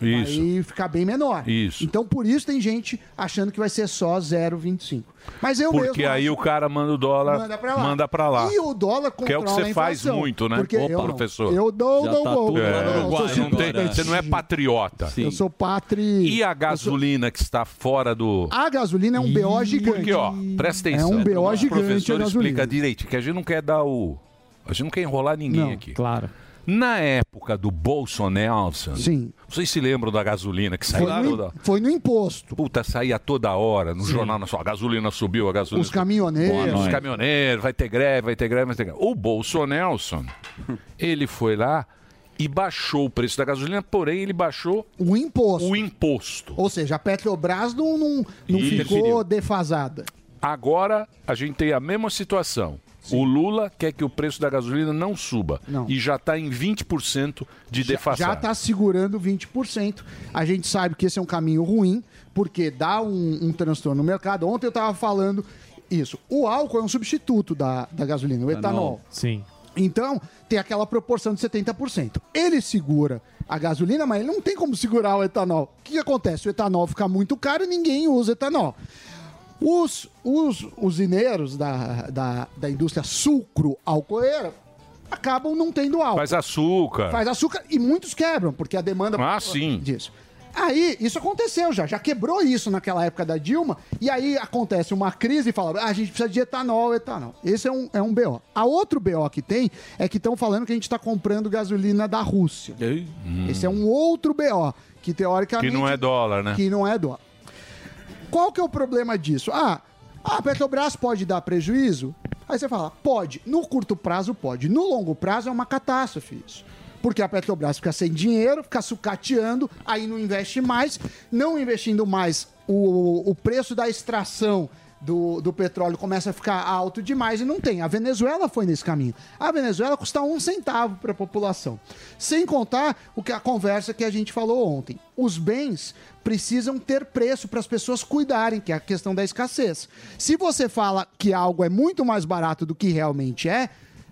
Isso.
Vai ficar bem menor.
Isso.
Então, por isso tem gente achando que vai ser só 0,25. Mas eu
Porque
mesmo
aí
acho-
o cara manda o dólar,
Manda pra lá.
manda pra lá.
E o dólar
Que é o que
controla
você
a
faz
inflação,
muito, né?
porque eu não-
professor.
eu dou- Já
não
dou tá bom. tudo lá no Uruguai
você, não tem-
agora.
você não é patriota.
Eu sou patri...
E a gasolina que está fora do...
A gasolina é um BO gigante.
Porque, ó, presta
É
atenção.
um BO
O
gigante a
professor
gasolina.
explica direito, que a gente não quer dar o... A gente não quer enrolar ninguém
Não,
aqui. Claro. Na época do Bolsonaro, Sim. vocês se lembram da gasolina que
Foi,
saiu
no,
toda...
foi no imposto.
Puta, saía toda hora no jornal nacional. A gasolina subiu, a gasolina
Os caminhoneiros.
Os caminhoneiros, vai ter greve, vai ter greve, vai ter greve. O Bolsonaro, ele foi lá e baixou o preço da gasolina, porém ele baixou
o Um imposto.
O imposto.
Ou seja, a Petrobras não, não, não
Isso.
ficou defasada.
Agora a gente tem a mesma situação. O Lula quer que o preço da gasolina não suba. E já está em 20% de
Já tá-
defasado.
está segurando 20%. A gente sabe que esse é um caminho ruim, porque dá um, um transtorno no mercado. Ontem eu estava falando isso. O álcool é um substituto da, da gasolina, o etanol.
Sim.
Então, tem aquela proporção de 70%. Ele segura a gasolina, mas ele não tem como segurar o etanol. O que que acontece? O etanol fica muito caro e ninguém usa etanol. Os, os usineiros da, da, da indústria sucro-alcooleira acabam não tendo álcool.
Faz açúcar.
Faz açúcar e muitos quebram, porque a demanda
Ah, sim.
disso. Aí, isso aconteceu já, já quebrou isso naquela época da Dilma, e aí acontece uma crise e fala, "Ah, a gente precisa de etanol, etanol. Esse é um, é um BO. A outro BO que tem é que estão falando que a gente está comprando gasolina da Rússia.
Hum.
Esse é um outro BO, que
Que
teoricamente...
não é dólar, né?
Que não é dólar. Qual que é o problema disso? Ah, a Petrobras pode dar prejuízo? Aí você fala, pode. No curto prazo, pode. No longo prazo, é uma catástrofe isso. Porque a Petrobras fica sem dinheiro, fica sucateando, aí não investe mais. Não investindo mais, o, o preço da extração do, do petróleo começa a ficar alto demais e não tem. A Venezuela foi nesse caminho. A Venezuela custa um centavo para a população. Sem contar o que a conversa que a gente falou ontem. Os bens precisam ter preço para as pessoas cuidarem, que é a questão da escassez. Se você fala que algo é muito mais barato do que realmente é,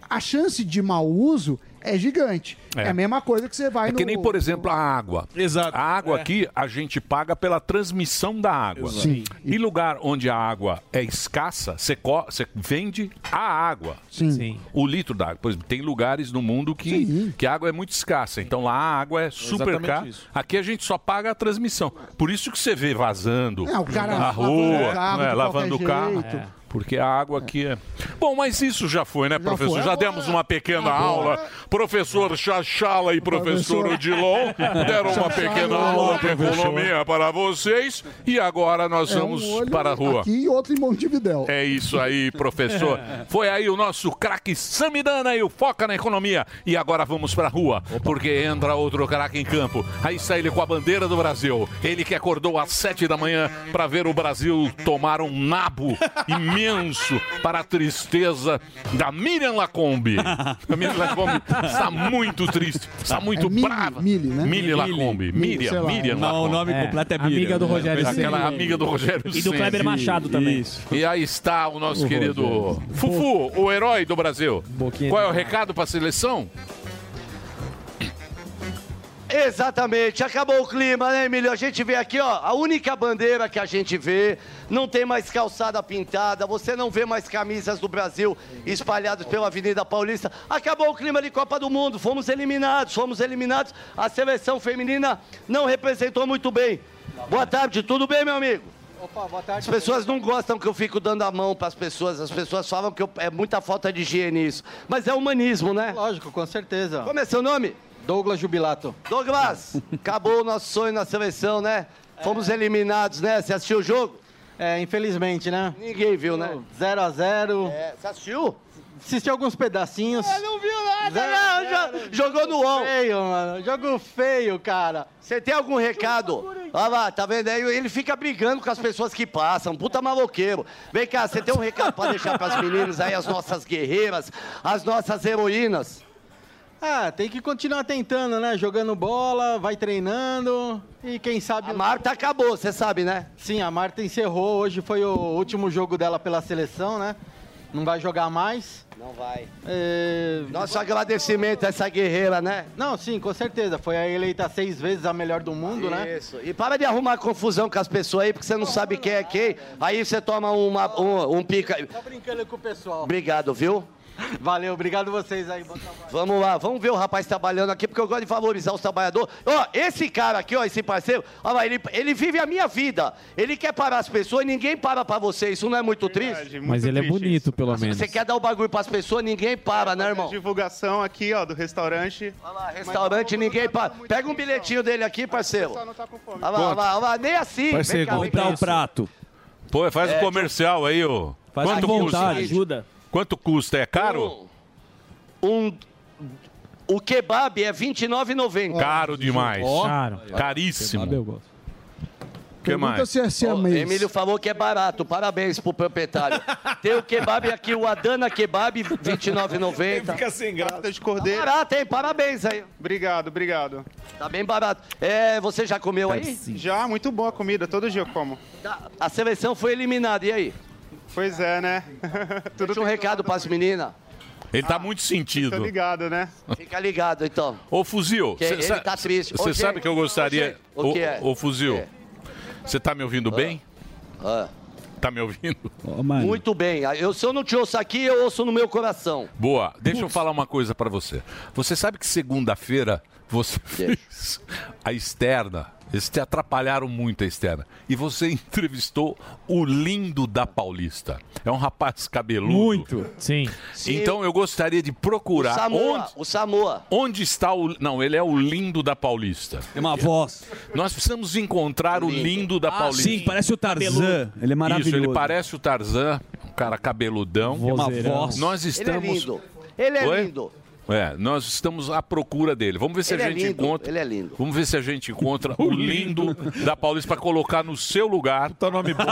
a chance de mau uso é gigante. É,
É.
a mesma coisa que você vai
É
no...
que nem, por exemplo, a água. Exato. A água
É.
aqui, a gente paga pela transmissão da água.
Exato. Sim.
E lugar onde a água é escassa, você, co- você vende a água.
Sim.
O litro da água. Por exemplo, tem lugares no mundo que, que a água é muito escassa. Então lá a água é super
Exatamente
cara.
isso.
Aqui a gente só paga a transmissão. Por isso que você vê vazando
É, o cara
na
lavando
rua,
o carro
né,
de
lavando o
qualquer
carro.
jeito. É.
Porque a água aqui é. Bom, mas isso já foi, né, professor?
foi.
Já demos uma pequena
Agora-
aula. Professor Chachala e professor
Professor-
Odilon deram uma
Chachala,
pequena aula de
professor.
economia para vocês e agora nós
É, um
vamos
olho
para a rua.
Aqui e outro em Montevidéu.
É isso aí, professor. Foi aí o nosso craque Samidana e o Foca na Economia. E agora vamos pra rua, porque entra outro craque em campo. Aí sai ele com a bandeira do Brasil. Ele que acordou às sete da manhã pra ver o Brasil tomar um nabo imenso para a tristeza da Miriam Lacombe. A Miriam Lacombe está muito triste, está Tá muito
É Mili-
brava.
Mili, né?
Mili Lacombe.
Mili,
Miriam,
sei lá. É.
Miriam Lacombe.
Amiga do
né?
Rogério
Aquela amiga do Rogério Ceni.
também.
E aí está o nosso
O
querido
Rogério.
Fufu, o herói do Brasil. Qual é o recado para a seleção?
Exatamente, acabou o clima, né, Emílio? A gente vê aqui, ó, a única bandeira que a gente vê, não tem mais calçada pintada, você não vê mais camisas do Brasil espalhadas pela Avenida Paulista. Acabou o clima de Copa do Mundo, fomos eliminados, fomos eliminados. A seleção feminina não representou muito bem. Boa tarde, tudo bem, meu amigo?
Opa, boa tarde.
As pessoas não gostam que eu fico dando a mão para as pessoas, as pessoas falam que eu- é muita falta de higiene isso. Mas é humanismo, né?
Lógico, com certeza.
Como é seu nome?
Douglas Jubilato.
Douglas, acabou o nosso sonho na seleção, né? Fomos eliminados, né? Você assistiu o jogo?
É, infelizmente, né?
Ninguém viu, né?
0 a 0
É, você assistiu?
Assisti alguns pedacinhos. É, não viu nada,
não, né? jogou no UOL.
Feio, mano. Jogo feio, cara.
Você tem algum recado? Olha lá, tá vendo aí? Ele fica brigando com as pessoas que passam, puta maloqueiro. Vem cá, você tem um recado pra deixar pras meninas aí, as nossas guerreiras, as nossas heroínas?
Ah, tem que continuar tentando, né? Jogando bola, vai treinando e quem sabe... A
Marta acabou, você sabe, né?
Sim, a Marta encerrou. Hoje foi o último jogo dela pela seleção, né? Não vai jogar mais.
Não vai.
Nosso
agradecimento a essa guerreira, né?
Não, sim, com certeza. Foi aí eleita seis vezes a melhor do mundo, né?
Isso. E para de arrumar confusão com as pessoas aí, porque você não sabe quem é quem. Aí você toma uma, um, um pica.
Tá brincando com o pessoal.
Obrigado, viu?
Valeu, obrigado vocês aí. um- Boa trabalho.
Vamos lá, vamos ver o rapaz trabalhando aqui, porque eu gosto de valorizar os trabalhadores. Ó, esse cara aqui, ó, esse parceiro, ó, lá, ele, ele vive a minha vida. Ele quer parar as pessoas e ninguém para pra você. Isso não é muito triste?
Mas ele é bonito, pelo menos.
Você quer dar o bagulho pras pessoas, ninguém para, né, irmão?
Divulgação aqui, ó, do restaurante.
Olha lá, restaurante, ninguém para. Pega um bilhetinho dele aqui, parceiro. Olha
tá
lá, olha lá, olha lá, nem assim.
é
Vem cá, vem cá. É,
prato. Pô, faz o comercial aí, ô.
Faz
Quanto
à
custa?
vontade, ajuda.
Quanto custa? É caro?
Um. O kebab é R$29,90.
Caro é demais.
Ó.
Caríssimo. O que
Pergunta
mais?
se é
Ó,
siamês.
Emílio falou que é barato. Parabéns pro proprietário. Tem o kebab aqui, o Adana Kebab, R$29,90. Fica
sem graça. de
cordeiro. barato, hein? Parabéns aí.
Obrigado, obrigado.
Tá bem barato. É, você já comeu
Tá
aí? Tá,
Já, muito boa a comida, todo dia eu como.
A seleção foi eliminada, e aí?
Pois é, né?
Deixa um recado pras meninas.
Ele tá
Ah,
muito sentido.
ligado, né?
Fica ligado, então.
Ô, Fuzil.
Que ele tá triste. Ô,
Você
gente, é?
sabe que eu gostaria.
ô, gente, o
Ô,
que é?
ô, Fuzil. Você tá me ouvindo bem? Tá me ouvindo?
Muito bem. Ah, Eu, se eu não te ouço aqui, eu ouço no meu coração.
Boa. Deixa eu falar uma coisa pra você. Você sabe que segunda-feira você fez a externa. Eles te atrapalharam muito a externa. E você entrevistou o lindo da Paulista. É um rapaz cabeludo. Muito.
Sim.
Então eu gostaria de procurar
O Samoa,
onde, onde está o. Não, ele é o lindo da Paulista. É uma voz. Nós precisamos encontrar o lindo da
Ah,
Paulista.
sim, parece o Tarzan.
Cabeludo.
Ele é maravilhoso.
Isso, ele parece o Tarzan, um cara cabeludão.
Tem uma Vozeirão. voz.
Nós estamos.
Ele é lindo. Ele é
Oi?
lindo.
É, nós estamos à procura dele. Vamos ver se
Ele
a
é
gente
lindo,
encontra.
ele é lindo.
Vamos ver se a gente encontra o lindo da Paulista para colocar no seu lugar. Tá nome bom.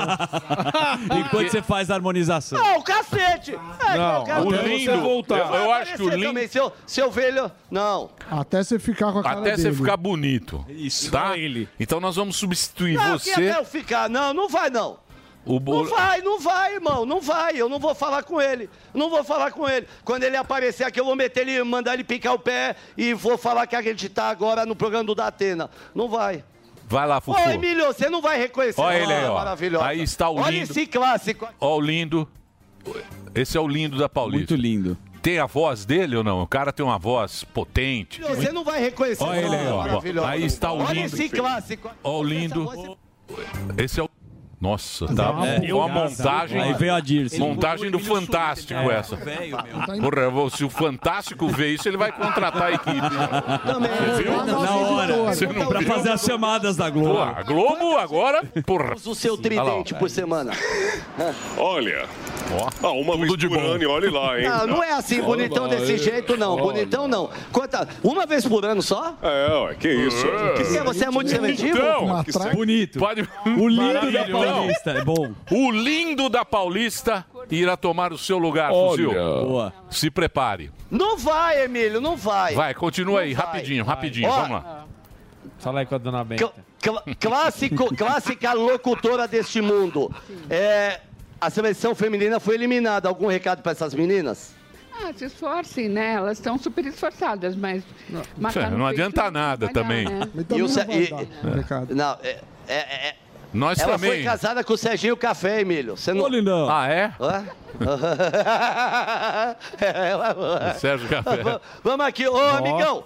Enquanto você faz a harmonização.
Não, cacete! É,
Não,
que eu quero-
o lindo-
Eu vou
eu- eu acho
aparecer
que o lindo-
Também, seu, seu velho... Não.
Até você ficar com a cara
Até
dele.
você ficar bonito. Isso. Tá? Então nós vamos substituir
não, que
você.
até eu ficar. Não, não vai, não.
O
Não
Bo-
vai, não vai, irmão. Não vai. Eu não vou falar com ele. Não vou falar com ele. Quando ele aparecer aqui, eu vou meter ele, mandar ele picar o pé e vou falar que a gente tá agora no programa do Datena. Não vai.
Vai lá,
Ô,
Fufu.
Emílio, você não vai reconhecer.
Olha ele aí,
Ah,
ó.
maravilhosa.
Aí está o
Olha
lindo.
esse clássico.
Ó, o lindo. Esse é o lindo da Paulista. Muito
lindo.
Tem a voz dele ou não? O cara tem uma voz potente.
Emílio, Você não vai reconhecer.
Olha ele aí,
Ah,
ó.
maravilhosa.
Aí está o lindo.
Olha esse clássico.
Ó, o lindo. Esse é o. Nossa, tá
Não,
é,
eu-
uma montagem.
Aí veio a Dirce.
Montagem do Fantástico
É,
essa. tá
velho, meu.
Porra, vou- se o Fantástico vê isso, ele vai contratar a equipe. Você viu?
Na hora.
Você
Tá
não
pra
viu?
fazer as chamadas da Globo.
Pô, a Globo agora, porra.
Usa o seu tridente por semana.
Olha. ah, uma vez por ano e olhe lá, hein?
Não, não é assim, bonitão desse jeito, não. Bonitão, não. Quanta, uma vez por ano só?
É, ué, que isso.
Que que é, você é muito
né?
seletivo?
Então,
Que sexo.
é bonito.
Pode...
O lindo
Maravilha.
da Paulista, é bom.
O lindo da Paulista irá tomar o seu lugar, Fuzil.
Boa.
Se prepare.
Não vai, Emílio, não vai.
Vai, continua aí,
Não vai.
rapidinho, rapidinho.
Ó,
Vamos lá.
Fala aí com a dona Benta.
Cl- cl- clássico, clássica locutora deste mundo. É, a seleção feminina foi eliminada. Algum recado para essas meninas?
Ah, se esforcem, né? Elas estão super esforçadas, mas.
É,
marcar no
não
peito
adianta nada
vai dar,
também.
né?
E o Ce- e- Não, é- é- é-
Nós
ela
também.
foi casada com o Serginho Café, Emílio. Você não...
Ah, é?
Hã?
Sérgio Café.
V- Vamos aqui. Ô, amigão.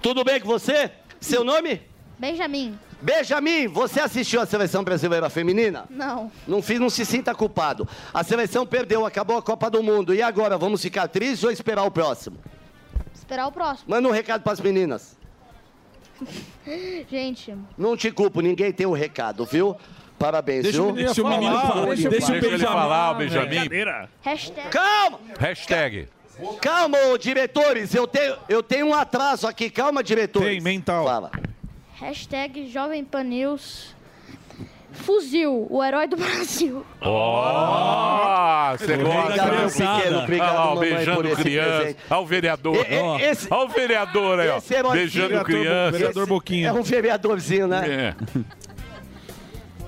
Tudo bem com você? Seu nome?
Benjamin,
Benjamin, você assistiu a seleção brasileira feminina?
não.
Não fiz, não se sinta culpado. A seleção perdeu, acabou a Copa do Mundo. E agora, vamos ficar tristes ou esperar o próximo?
Esperar o próximo.
Manda um recado para as meninas.
Gente,
Não te culpo, ninguém tem o recado, viu? Parabéns,
Deixa o
viu?
menino Deixa o falar, menino falar, deixa o deixa o Benjamin Benjamin falar, né? o Benjamin.
Brincadeira.
hashtag.
Calma!
Hashtag.
Calma, ô, diretores, eu tenho, eu tenho um atraso aqui. Calma, diretores. Tem, mental. Fala.
Hashtag Jovem Pan News. Fuzil, o herói do Brasil.
Ó, você
Obrigado,
gosta.
criançada.
Pequeno, obrigado,
Olha lá,
lá,
mamãe, por
beijando
esse
criança.
presente.
Olha o vereador.
E- e-
ó.
esse-
Olha o vereador aí, ó.
Esse é heróizinho-
Beijando criança.
É um vereadorzinho, né?
É.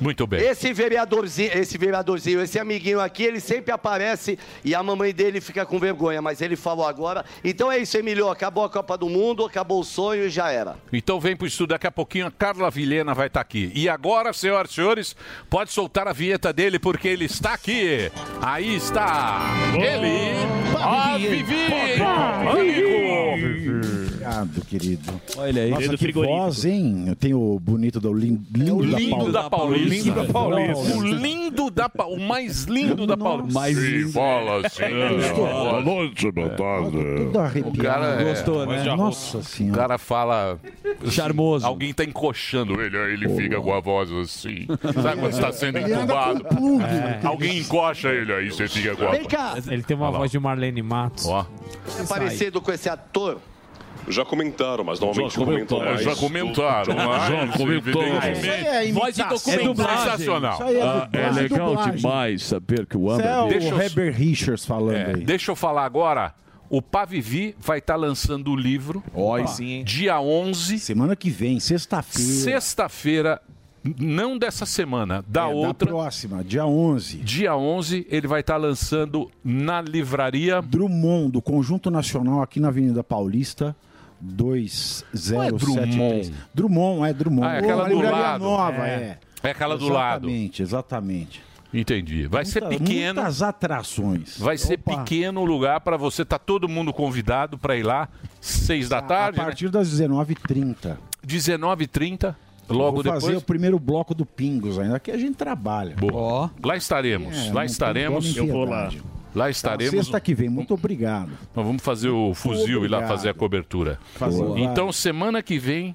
Muito bem.
Esse vereadorzinho, esse vereadorzinho, esse amiguinho aqui, ele sempre aparece e a mamãe dele fica com vergonha, mas ele falou agora. Então é isso, Emilio, acabou a Copa do Mundo, acabou o sonho e já era.
Então vem pro estúdio, daqui a pouquinho a Carla Vilhena vai estar aqui. E agora, senhoras e senhores, pode soltar a vinheta dele, porque ele está aqui. Aí está ele, a Vivi.
Obrigado, querido.
Olha
Uhum. aí.
Nossa,
Querido
que
frigorífico.
voz, hein? Eu tenho o bonito do lin- lindo,
É O
da
lindo da Paulista.
Lindo da Paulista.
O lindo da Pa- O mais lindo da Paulista.
mais lindo.
bola,
assim, É,
sim.
né? Boa
noite, boa
assim. É, Tudo arrepiado.
O cara é-
Gostou,
mas
né?
já-
Nossa
O
senhora.
cara fala. Charmoso. Alguém tá encoxando ele, aí ele fica com a voz assim. Sabe quando está sendo
Ele anda com
um
entubado? É. Alguém encoxa ele, aí você fica com a
Vem cá.
Ele tem uma voz de Marlene Matos.
Ó.
É parecido com esse ator.
Já comentaram, mas normalmente comentam mais.
Já comentaram, mas, evidentemente.
é
assim. Voz de documentário. Sensacional.
Isso aí é
Ah, é
dublagem.
legal
Dublagem.
demais saber que o
Isso é o
Amber.
Herbert Richards falando aí.
É, Deixa eu falar agora. O Pavivi vai estar lançando o livro.
Ó, sim,
Dia 11.
Semana que vem, sexta-feira.
Sexta-feira, não dessa semana, da
É,
outra.
próxima, dia 11.
Dia 11, ele vai estar lançando na livraria.
Drummond, do Conjunto Nacional, aqui na Avenida
é
Paulista. 2073. Drummond, é Drummond.
Ah, é aquela
Uma
do
livraria
lado.
nova,
é.
é.
É aquela do lado.
Exatamente, exatamente.
Entendi. Vai ser
Muita-
pequeno.
Muitas atrações.
Vai ser pequeno o lugar para você. Tá todo mundo convidado para ir lá seis da
A
tarde, né?
partir das 19h30.
19h30, logo
Vou fazer
depois.
o primeiro bloco do Pingos ainda, que a gente trabalha.
Boa. Lá estaremos.
É, não
lá
tem
estaremos.
como Eu vou lá. piedade.
Lá estaremos.
Sexta que vem, muito obrigado.
Nós vamos fazer o fuzil e lá
Obrigado.
fazer a cobertura.
Fazer
Boa.
vários.
então, semana que vem,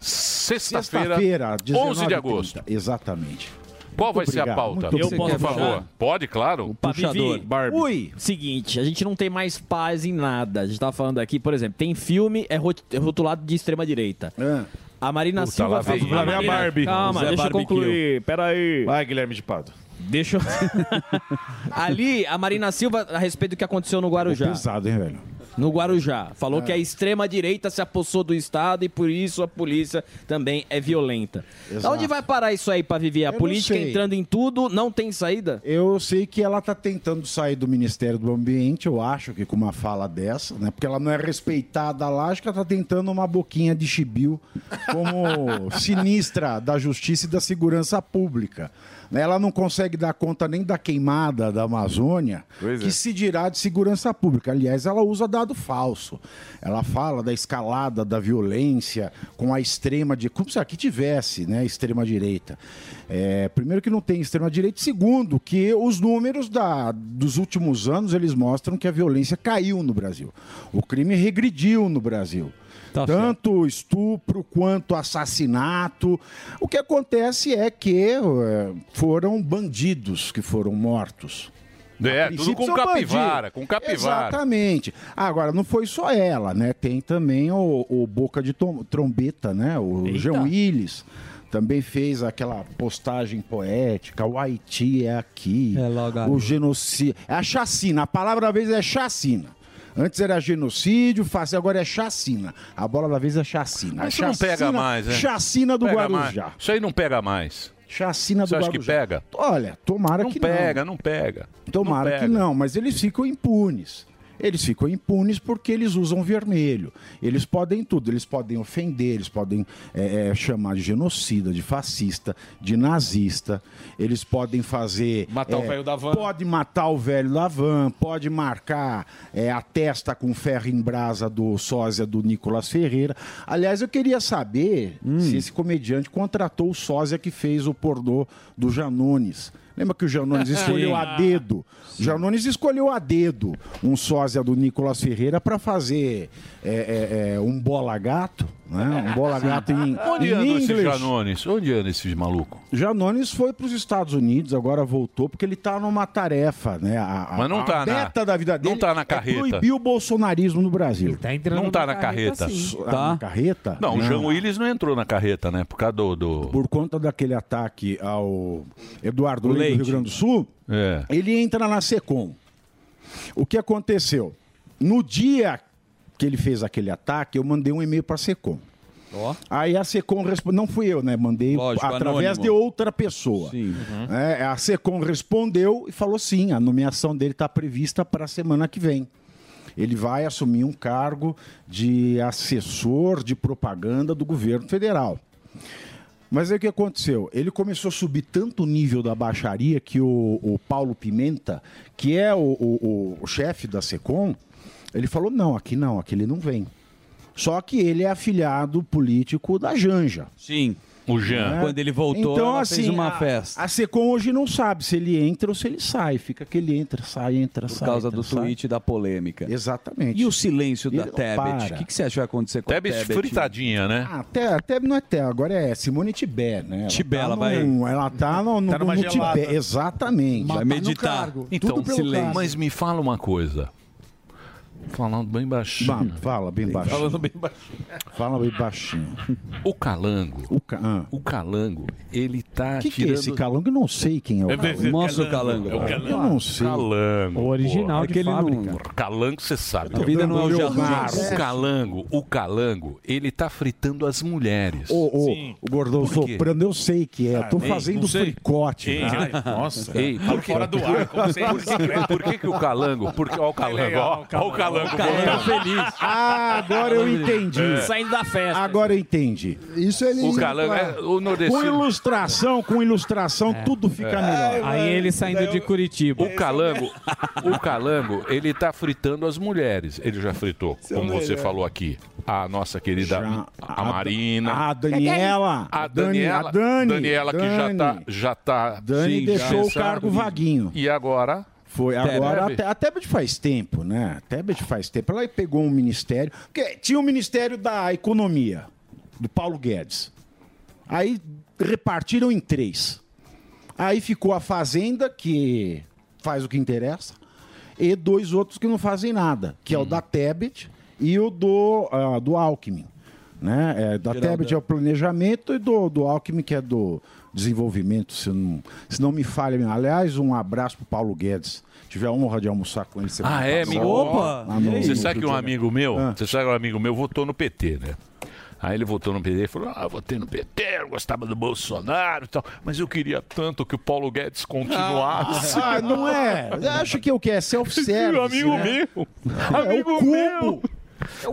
sexta-feira,
Sexta-feira,
11 de agosto.
Exatamente.
Qual
Muito
vai ser a
obrigado.
pauta?
Muito
Por
obrigado.
favor. Pode, claro.
Vivi, Ui, seguinte, a gente não tem mais paz em nada. A gente tava falando aqui, por exemplo, tem filme, é rot- é rotulado de extrema direita.
É.
A Marina
Puta,
Silva
lá vem- lá vem a
Marina-
Barbie.
Calma,
Zé
deixa eu
Barbie
concluir.
Kill.
Pera aí.
Vai, Guilherme de Pado.
Deixa eu... Ali, a Marina Silva, a respeito do que aconteceu no Guarujá.
pesado, hein, velho?
No Guarujá. Falou
É.
que a extrema-direita se apossou do Estado e por isso a polícia também é violenta.
Exato.
Onde vai parar isso aí pra viver? A
Eu não
política
sei.
entrando em tudo, não tem saída?
Eu sei que ela está tentando sair do Ministério do Ambiente, eu acho que com uma fala dessa, né? Porque ela não é respeitada lá, acho que ela está tentando uma boquinha de chibio como sinistra da Justiça e da Segurança Pública. né? Ela não consegue dar conta nem da queimada da Amazônia,
Pois é.
que se dirá de segurança pública. Aliás, ela usa dado falso. Ela fala da escalada da violência com a extrema de como se aqui tivesse, né, extrema direita. É, primeiro que não tem extrema direita, segundo que os números da, dos últimos anos eles mostram que a violência caiu no Brasil. O crime regrediu no Brasil. Tanto estupro quanto assassinato. O que acontece é que eh, foram bandidos que foram mortos.
É, tudo
princípio,
com
são
capivara,
bandidos.
com capivara.
Exatamente. Agora, não foi só ela, né? Tem também o, o Boca de Tom- Trombeta, né? O João Willis. Também fez aquela postagem poética, o Haiti é aqui, o genocídio. É a chacina, a palavra da vez é chacina. Antes era genocídio, faz- agora é chacina. A bola da vez é chacina.
Mas Ah, isso não
Chacina-
pega mais, né?
Chacina do
Pega
Guarujá.
mais. Isso aí não pega mais.
Chacina do
Você acha que
Guarujá.
pega?
Olha, tomara
Não
que
pega,
não.
não pega.
Tomara
Não
que
pega.
não, mas eles ficam impunes. Eles ficam impunes porque eles usam vermelho. Eles podem tudo, eles podem ofender, eles podem é, é, chamar de genocida, de fascista, de nazista. Eles podem fazer. é,
Matar o velho da van.
Pode matar o velho da van, pode marcar é, a testa com ferro em brasa do sósia do Nicolas Ferreira. Aliás, eu queria saber
Hum.
se esse comediante contratou o sósia que fez o pornô do Janones. Lembra que o
É.
Janones escolheu
Sim.
a dedo. O Janones escolheu a dedo um sósia do Nicolas Ferreira para fazer é, é, é, um bola gato, né? Um bola gato em,
Onde
em
anda esse
inglês.
Janones? Onde anda esse maluco?
Janones foi para os Estados Unidos, agora voltou, porque ele está numa tarefa, né? A, a-
Mas não
a
tá na-
meta da vida dele
não tá na
é
carreta.
proibir o bolsonarismo no Brasil.
Não tá na carreta.
Tá na carreta?
Não, o João Willis não entrou na carreta, né? Por causa do. do-
Por conta daquele ataque ao Eduardo
O
Leite,
Leite.
do Rio Grande do Sul,
É.
ele entra na SECOM. O que aconteceu? No dia que ele fez aquele ataque, eu mandei um e-mail para a SECOM. Aí a SECOM respondeu. Não fui eu, né? Mandei
Lógico,
através
anônimo.
de outra pessoa.
Uhum.
Uhum.
É, a SECOM respondeu e falou sim, a nomeação dele está prevista para a semana que vem. Ele vai assumir um cargo de assessor de propaganda do governo federal. Mas aí o que aconteceu? Ele começou a subir tanto o nível da baixaria que o, o Paulo Pimenta, que é o, o- o- o chefe da SECOM, ele falou: não, aqui não, aqui ele não vem. Só que ele é afiliado político da Janja.
Sim.
O
né?
Jean. É. Quando ele voltou,
então,
ela
assim,
fez uma
a,
festa.
A SECOM hoje não sabe se ele entra ou se ele sai. Fica que ele entra, sai, entra,
Por
sai.
causa
entra,
do
sai.
tweet e da polêmica.
Exatamente.
E o silêncio da
Ele não
Tebet?
para.
O que, que você acha que vai acontecer com
Tebet
a Tebet?
fritadinha, né?
Ah, até, até não é até, agora é Simone Tibé, né?
Tibé,
tá
ela
num-
vai-
Ela tá no, no,
Tá numa
no
gelada.
Tibé, exatamente.
Vai meditar.
Então, silêncio. Mas me fala uma coisa. Falando bem baixinho.
fala bem baixinho.
Falando bem baixinho.
Fala bem baixinho.
O calango.
O, ah.
calango, ele tá
que, que é
tirando.
esse calango? Eu não sei quem é o calango.
É o
Eu
calango.
não sei.
Calango.
O original
porra.
de Aquele fábrica. não-
Calango, você sabe.
A vida não é o
Leonardo.
jardim.
O calango, o calango, ele tá fritando as mulheres.
O, o, o gordão
Por quê?
soprando, eu sei que é. Tô
Ah, Ei,
fazendo
não sei.
fricote.
Ei,
né?
ai, nossa. Ei, por que, por,
você-
que, por que que o calango? Porque
é
ó o calango, ó, ó o calango.
feliz.
Ah, agora eu entendi.
É.
Saindo da festa.
Agora eu entendi. Isso
O calango é- o nordestino.
Com ilustração Ilustração com ilustração, Então
É.
tudo fica melhor.
Curitiba.
O Calango, o Calango, ele tá fritando as mulheres. Ele já fritou, como você
melhor.
falou aqui, a nossa querida a, Marina.
a Daniela.
A
Dani-
Daniela.
a Dani,
Daniela que já
Dani.
tá. Já tá
Dani
Sim,
deixou o
já-
cargo vaguinho.
E agora?
Foi agora
Tebet.
até- a Tebet faz tempo, né? A Tebet faz tempo. Ela pegou um ministério, porque tinha o Ministério da Economia do Paulo Guedes. Aí repartiram em três. Aí ficou a Fazenda que faz o que interessa e dois outros que não fazem nada, que
Uhum.
é o da Tebet e o do ah, do Alckmin. Né? É, da Tebet é o planejamento e do, do Alckmin, que é do desenvolvimento, se não, se não me falha. Aliás, um abraço pro Paulo Guedes. Tive a honra de almoçar com ele semana
Ah, é,
passada.
amigo?
Lá no-
Você sabe que um amigo meu,
Ah.
você sabe que um amigo meu votou no PT, né? Aí ele votou no PT e falou: Ah, eu votei no PT, eu gostava do Bolsonaro e tal, mas eu queria tanto que o Paulo Guedes continuasse.
Ah, não é. Acho que o que é self-service.
Amigo
né?
meu.
É o
Amigo
cubo.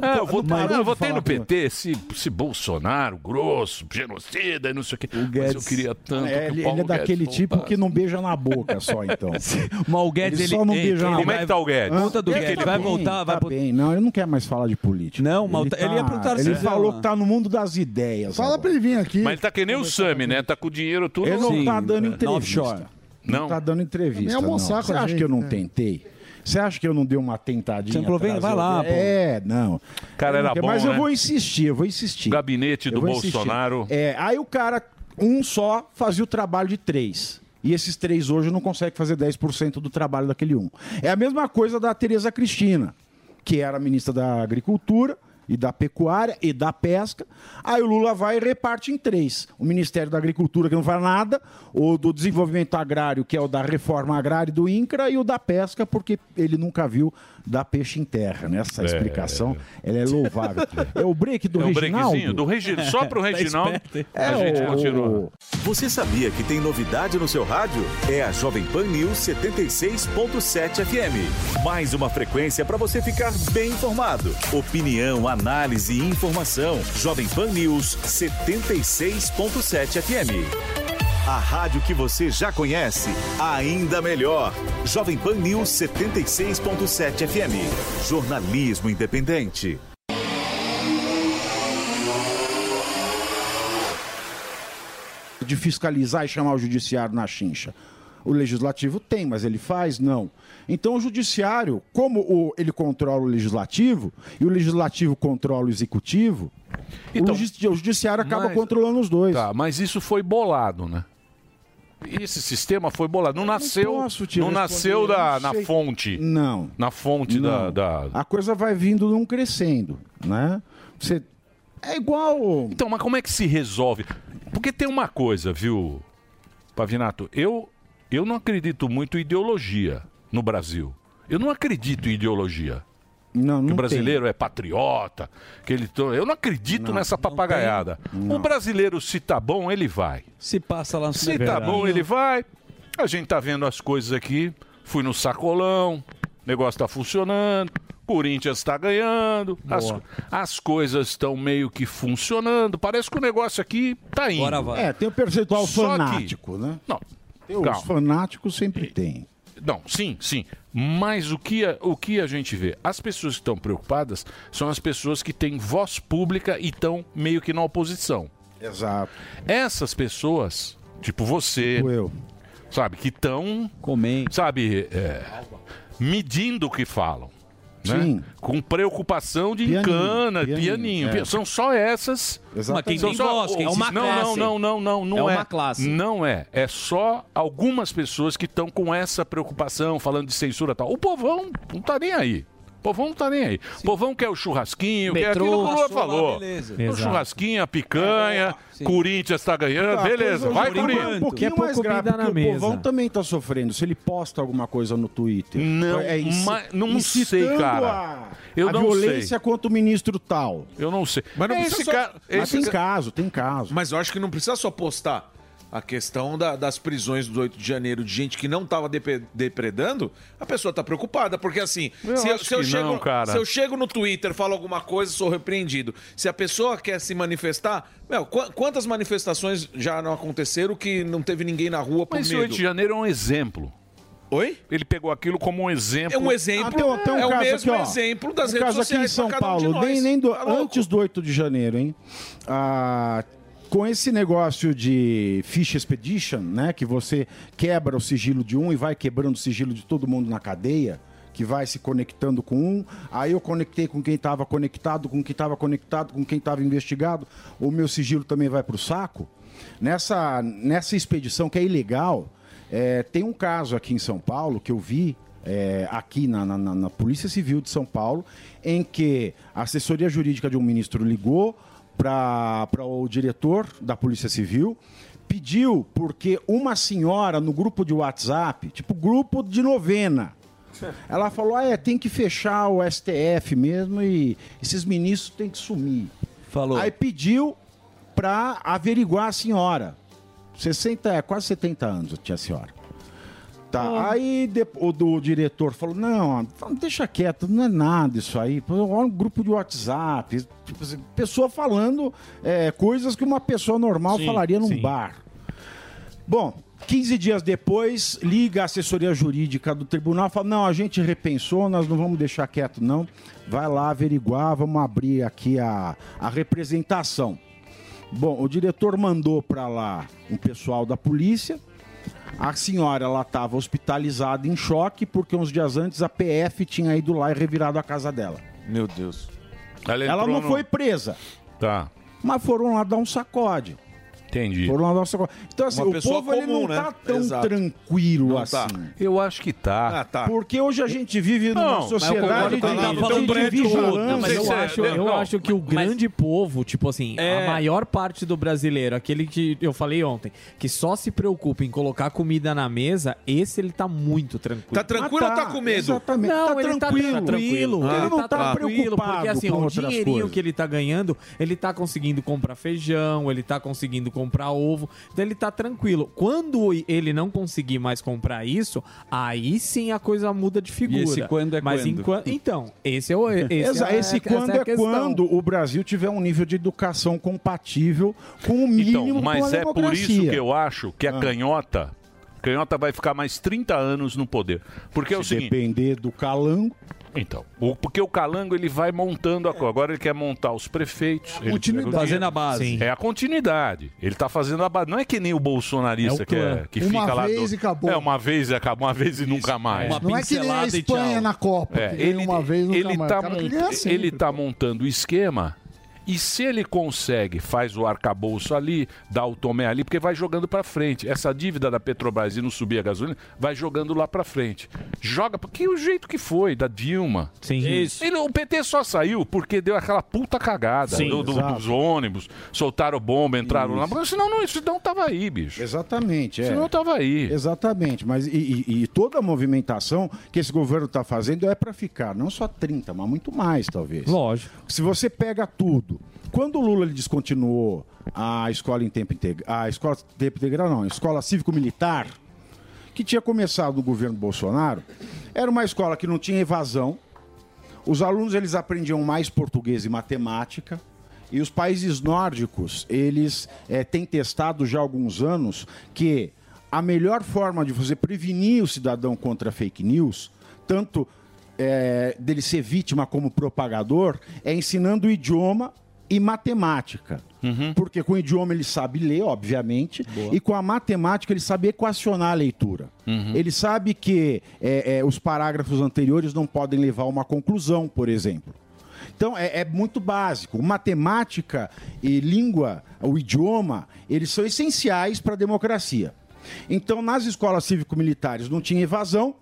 É, eu votei,
Maroto
eu votei
fala
no
com-
PT, se, se Bolsonaro, grosso, genocida e não sei o quê. Mas eu queria tanto
É,
que
ele,
o Paulo
ele é daquele
Guedes
tipo que não beija na boca só, então.
Mas o Guedes,
só
ele-
não
ele-
beija na boca.
ele vai- Como é que tá o Guedes? Conta do
Ele
Guedes,
tá
vai
bem,
voltar, vai
tá
pro-
bem. Não, ele não quer mais falar de política. Não,
mas ele ia perguntar se
Ele
você-
falou que tá no mundo das ideias.
Fala pra ele vir aqui.
Mas ele tá que nem o Sami, né? Tá com o dinheiro tudo.
Ele não tá dando
offshore.
entrevista. Não. tá dando entrevista.
Nem almoçar
não.
com
Você
a
acha
gente,
que eu não
né?
tentei? Você acha que eu não dei uma tentadinha?
Você falou, vem,
atrás
vai
da
lá,
outra?
pô.
É, não.
Cara,
Eu não
era
quero,
bom,
Mas eu
né?
vou insistir, eu vou insistir.
Gabinete do
Eu vou insistir.
Bolsonaro.
É, aí o cara, um só, fazia o trabalho de três. E esses três hoje não conseguem fazer 10% do trabalho daquele um. É a mesma coisa da Tereza Cristina, que era ministra da Agricultura e da Pecuária e da Pesca. Aí o Lula vai e reparte em três. O Ministério da Agricultura, que não faz nada, o do Desenvolvimento Agrário, que é o da Reforma Agrária e do INCRA, e o da Pesca, porque ele nunca viu dar peixe em terra. Né? Essa explicação ela é louvável. É o break do
É um
Reginaldo?
breakzinho do Regi- só pro
Tá
Reginaldo.
esperto, hein?
A gente continua.
Você sabia que tem novidade no seu rádio? É a Jovem Pan News 76.7 FM. Mais uma frequência para você ficar bem informado. Opinião, análise e informação. Jovem Pan News 76.7 FM. A rádio que você já conhece, ainda melhor. Jovem Pan News 76.7 FM. Jornalismo independente.
de fiscalizar e chamar o judiciário na chincha. O legislativo tem, mas ele faz? Não. Então o judiciário, como o- ele controla o legislativo e o legislativo controla o executivo, o, justi- o judiciário acaba
Então, mas-
controlando os dois.
Tá, mas isso foi bolado, né? Esse sistema foi bolado. Não nasceu,
posso te
não
responder,
nasceu
eu
da,
não
na
sei.
fonte.
Não.
Na fonte da-
Não.
da,
A coisa vai vindo não crescendo, né? Você é igual.
Então, mas como é que se resolve? Porque tem uma coisa, viu, Pavinato? Eu, eu não acredito muito em ideologia no Brasil. Eu não acredito em ideologia.
Não,
que o brasileiro é patriota, que ele. to- Eu não acredito nessa papagaiada. O brasileiro, se tá bom, ele vai.
Se passa lá no
Se tá bom, ele vai. A gente tá vendo as coisas aqui. Fui no sacolão, o negócio tá funcionando. Corinthians tá ganhando, as,
Boa.
as coisas estão meio que funcionando. Parece que o negócio aqui tá indo.
É, tem o percentual
Só que-
fanático, né?
Não.
Tem os
Calma.
fanáticos sempre tem.
Não, sim, sim. Mas o que, a, o que a gente vê? As pessoas que estão preocupadas são as pessoas que têm voz pública e estão meio que na oposição.
Exato.
Essas pessoas, tipo você,
eu,
sabe, que estão. Sabe, é, medindo o que falam. Né?
Sim.
Com preocupação de
Pianinho,
encana, pianinho.
pianinho, é.
São só essas.
Exatamente. Mas quem
São
tem
só-
voz, quem
não,
se-
não,
classe.
não, não, não, não
É
é.
uma classe.
Não é. É só algumas pessoas que estão com essa preocupação, falando de censura e tal. O povão não tá nem aí. O povão não tá nem aí. O povão quer o churrasquinho, quer
Metrô,
aquilo que o Lula
passou lá,
falou.
beleza.
o
Exato.
churrasquinho, a picanha,
sim.
Corinthians tá ganhando,
Ah,
beleza,
pois, hoje
vai
em dia
Corinthians.
É um pouquinho mais grave, porque o povão também tá sofrendo. Se ele posta alguma coisa no Twitter.
Não,
É, inci-
mas não sei,
incitando
cara.
A,
Eu
a
não
violência
sei.
contra o ministro tal.
Eu não sei.
Mas não
É
precisa
esse
só...
ca- Mas
esse
tem
ca-
caso, tem caso.
Mas eu acho que não precisa só postar. A questão da- das prisões do 8 de janeiro de gente que não estava depredando, a pessoa está preocupada, porque assim,
Eu
se, eu-
acho
se eu
que
chego,
não, cara.
se eu chego no Twitter, falo alguma coisa, sou repreendido. Se a pessoa quer se manifestar, meu, qu- quantas manifestações já não aconteceram que não teve ninguém na rua por
Mas esse
medo?
8 de janeiro é um exemplo.
Oi?
Ele pegou aquilo como um exemplo.
É um exemplo,
Ah, tem, um- tem um
é o
caso
mesmo
aqui, ó.
exemplo das
um
redes
caso aqui em
sociais pra
São
cada um de
Paulo,
nós.
nem, nem do- antes do 8 de janeiro, hein? Ah, com esse negócio de Fish Expedition, né? Que você quebra o sigilo de um e vai quebrando o sigilo de todo mundo na cadeia. Que vai se conectando com um, aí eu conectei com quem estava conectado, com quem estava conectado, com quem estava investigado, o meu sigilo também vai para o saco. Nessa, nessa expedição que é ilegal, é, tem um caso aqui em São Paulo que eu vi é, aqui na, na- na- na Polícia Civil de São Paulo, em que a assessoria jurídica de um ministro ligou para o diretor da Polícia Civil, pediu porque uma senhora no grupo de WhatsApp, tipo grupo de novena, ela falou: ah, é, tem que fechar o STF mesmo e esses ministros têm que sumir. Falou. Aí pediu para averiguar a senhora. 60, é, quase 70 anos tinha a senhora. Tá. Aí de- o do diretor falou: não, ó, deixa quieto, não é nada isso aí. Pô, Olha um grupo de WhatsApp. tipo assim, Pessoa falando é, coisas que uma pessoa normal
Sim,
falaria num
sim.
bar. Bom, 15 dias depois, liga a assessoria jurídica do tribunal e fala: não, a gente repensou, nós não vamos deixar quieto, não. Vai lá averiguar, vamos abrir aqui a, a representação. Bom, o diretor mandou para lá um pessoal da polícia. A senhora ela estava hospitalizada em choque porque uns dias antes a PF tinha ido lá e revirado a casa dela.
Meu Deus. Ela,
Ela
entrou
não
no-
foi presa,
Tá,
mas foram lá dar um sacode.
entendi.
Foram lá dar um sacode. Então assim,
Uma
o
pessoa
povo ele não
comum, né?
tá tão
Exato.
tranquilo
Não
assim.
tá. Eu acho que tá.
Porque hoje a gente vive numa
Não, mas eu
sociedade
concordo com ele.
de-
Tá
Então,
um
falando
de- de
prédio todo.
né?
vigilância.
Não, mas
é,
eu acho, eu acho que o grande povo, tipo assim, a maior parte do brasileiro, aquele que eu falei ontem, que só se preocupa em colocar comida na mesa, esse ele tá muito tranquilo.
Tá tranquilo
Ah,
ou tá com medo?
Exatamente. Não, ele tá tranquilo.
Ah,
ele não
tá
tá, tranquilo,
preocupado
porque assim,
com
ó, o
outras
dinheirinho
coisas.
que ele tá ganhando, ele tá conseguindo comprar feijão, ele tá conseguindo comprar ovo, então ele tá tranquilo. Quando ele não conseguir mais comprar isso, aí sim a coisa muda de figura.
esse quando é
Mas
quando?
enquan- então, esse é o esse,
Exa-
é,
esse
essa
quando
é,
é,
a questão.
quando o Brasil tiver um nível de educação compatível com o mínimo
Então,
com a
mas é por isso
democracia.
que eu acho que
Ah.
a canhota. Canhota vai ficar mais 30 anos no poder. Porque é o seguinte.
Depender do calango.
Então, o- porque o Calango ele vai montando a co- agora ele quer montar os prefeitos, ele
Continuidade.
pega o dinheiro.
Fazendo a base. Sim.
É a continuidade. Ele tá fazendo a base, não é que nem o bolsonarista
É o
que, é-
clã.
que
Uma
fica lá
vez
do-
e acabou.
É uma vez e acabou, uma vez e nunca mais.
não é que nem a Espanha na Copa.
É,
que ganha
ele-
uma vez nunca
ele
mais.
tá,
O cara
mont-
queria sempre.
ele tá montando o esquema e se ele consegue, faz o arcabouço ali, dá o tomé ali, porque vai jogando pra frente. Essa dívida da Petrobras e não subir a gasolina, vai jogando lá pra frente. Joga, porque o jeito que foi, da Dilma.
Sim.
Isso. Ele- o PT só saiu porque deu aquela puta cagada
Sim,
do- do-
exato.
dos ônibus, soltaram bomba, entraram lá. Mas senão não, isso não tava aí, bicho.
Exatamente. é.
Isso não tava aí.
Exatamente. Mas e, e- e toda a movimentação que esse governo está fazendo é para ficar, não só 30, mas muito mais, talvez.
Lógico.
Se você pega tudo, quando o Lula ele descontinuou a escola em tempo integral, a escola em tempo integral não, a escola cívico-militar, que tinha começado no governo Bolsonaro, era uma escola que não tinha evasão, os alunos eles aprendiam mais português e matemática. E os países nórdicos, eles eh, têm testado já há alguns anos que a melhor forma de você prevenir o cidadão contra fake news, tanto eh, dele ser vítima como propagador, é ensinando o idioma e matemática. Porque com o idioma ele sabe ler, obviamente, e com a matemática ele sabe equacionar a leitura. Ele sabe que é, é, os parágrafos anteriores não podem levar a uma conclusão, por exemplo. Então é, é muito básico. Matemática e língua, o idioma, eles são essenciais para a democracia. Então, nas escolas cívico-militares não tinha evasão,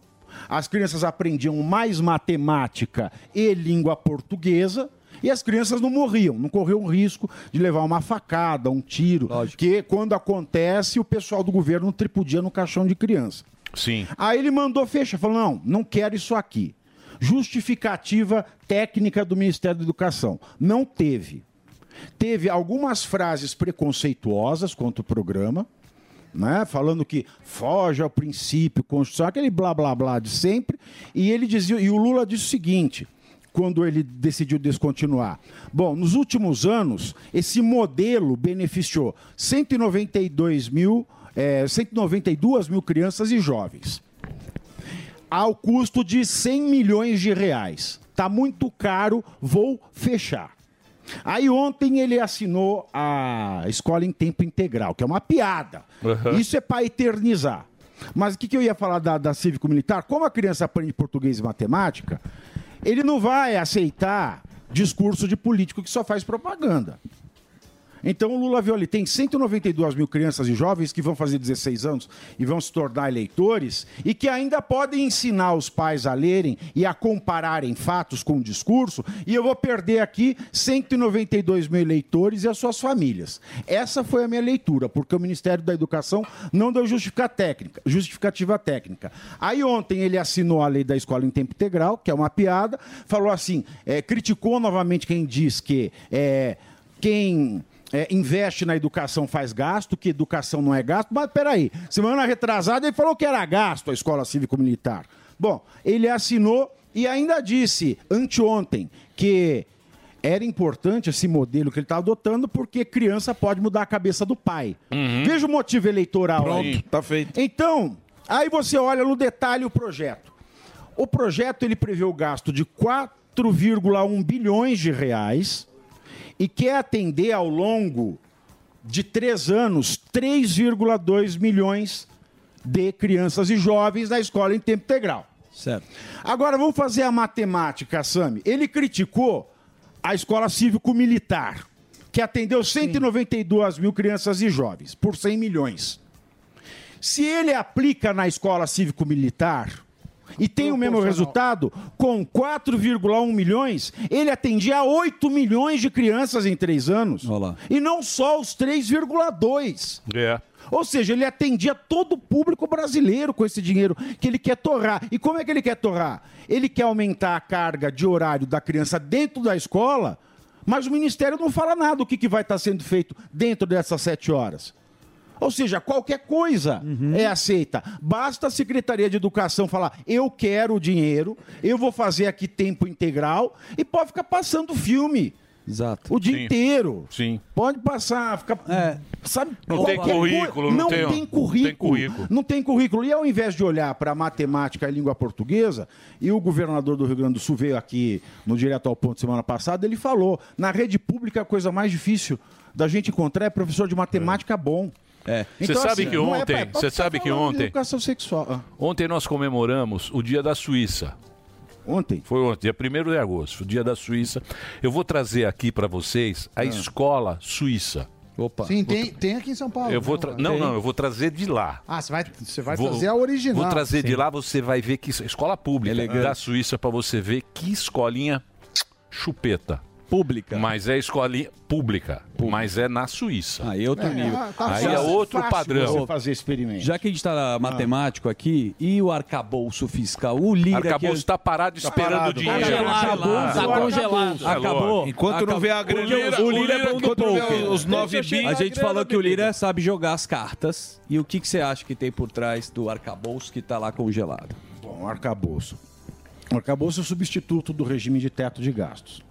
as crianças aprendiam mais matemática e língua portuguesa. E as crianças não morriam, não corriam o risco de levar uma facada, um tiro. Que quando acontece, o pessoal do governo tripudia no caixão de criança.
Sim.
Aí ele mandou fechar, falou: não, não quero isso aqui. Justificativa técnica do Ministério da Educação. Não teve. Teve algumas frases preconceituosas contra o programa. né? Falando que foge ao princípio constitucional, aquele blá blá blá de sempre. E ele dizia, e o Lula disse o seguinte: quando ele decidiu descontinuar. Bom, nos últimos anos, esse modelo beneficiou 192 mil, eh, 192 mil crianças e jovens, ao custo de 100 milhões de reais. Está muito caro, vou fechar. Aí ontem ele assinou a escola em tempo integral, que é uma piada.
Uhum.
Isso é para eternizar. Mas o que, que eu ia falar da, da cívico-militar? Como a criança aprende português e matemática, ele não vai aceitar discurso de político que só faz propaganda. Então o Lula Violi tem 192 mil crianças e jovens que vão fazer 16 anos e vão se tornar eleitores e que ainda podem ensinar os pais a lerem e a compararem fatos com o discurso. E eu vou perder aqui 192 mil eleitores e as suas famílias. Essa foi a minha leitura, porque o Ministério da Educação não deu justificativa técnica. Justificativa técnica. Aí ontem ele assinou a lei da escola em tempo integral, que é uma piada, falou assim, eh, criticou novamente quem diz que eh, quem é, investe na educação faz gasto, que educação não é gasto. Mas peraí, semana retrasada ele falou que era gasto a escola cívico-militar. Bom, ele assinou e ainda disse anteontem que era importante esse modelo que ele está adotando porque criança pode mudar a cabeça do pai. Veja o motivo eleitoral aí.
Pronto, tá feito.
Então, aí você olha no detalhe o projeto. O projeto ele prevê o gasto de 4,1 bilhões de reais e quer atender ao longo de três anos 3,2 milhões de crianças e jovens na escola em tempo integral. Certo. Agora vamos fazer a matemática, Sami. Ele criticou a escola cívico-militar, que atendeu 192 mil crianças e jovens por 100 milhões. Se ele aplica na escola cívico-militar e tem o mesmo resultado, com 4,1 milhões, ele atendia a 8 milhões de crianças em três anos. E não só os 3,2.
É.
Ou seja, ele atendia todo o público brasileiro com esse dinheiro que ele quer torrar. E como é que ele quer torrar? Ele quer aumentar a carga de horário da criança dentro da escola, mas o Ministério não fala nada o que, que vai estar sendo feito dentro dessas sete horas. Ou seja, qualquer coisa é aceita. Basta a Secretaria de Educação falar: eu quero o dinheiro, eu vou fazer aqui tempo integral, e pode ficar passando filme. Exato. O dia
Sim.
inteiro.
Sim.
Pode passar, fica. Sabe?
Não tem
qualquer
currículo, não
não
tem- não tem
currículo.
currículo.
Não tem currículo. E ao invés de olhar para matemática e língua portuguesa, e o governador do Rio Grande do Sul veio aqui no Direto ao Ponto semana passada, ele falou: na rede pública a coisa mais difícil da gente encontrar é professor de matemática bom. É.
Você sabe que ontem- você sabe que ontem-
Educação sexual. Ah.
Ontem nós comemoramos o Dia da Suíça.
Ontem?
Foi ontem, dia 1 de agosto, o Dia da Suíça. Eu vou trazer aqui para vocês a escola suíça. Opa.
Sim, tem, tem aqui em São Paulo.
Eu vou tra- Não,
Tem.
não, eu vou trazer de lá.
Ah, você vai, você vai
Vou-
fazer a original.
Vou trazer
Sim.
de lá, você vai ver que isso- escola pública
Elegante.
da Suíça para você ver que escolinha chupeta.
Pública.
Mas é escolinha pública, mas é na Suíça.
Aí é outro
É,
nível.
tá Aí fácil, é outro fácil padrão. você
fazer experimento.
Já que a gente está matemático aqui, e o arcabouço fiscal? O Lira.
Arcabouço
que- é-
tá parado esperando o dinheiro. Congelado
Acabou,
lá. Tá
acabou.
congelado.
Acabou.
Enquanto não vê a grana-
Porque
O Lira-
é bom do
enquanto não vê
poker.
os nove
Deixa eu
bi-
chegar A gente
a
falou
grana,
que o Lira sabe jogar as cartas. E o que, que você acha que tem por trás do arcabouço que está lá congelado?
Bom, o arcabouço. O arcabouço é o substituto do regime de teto de gastos.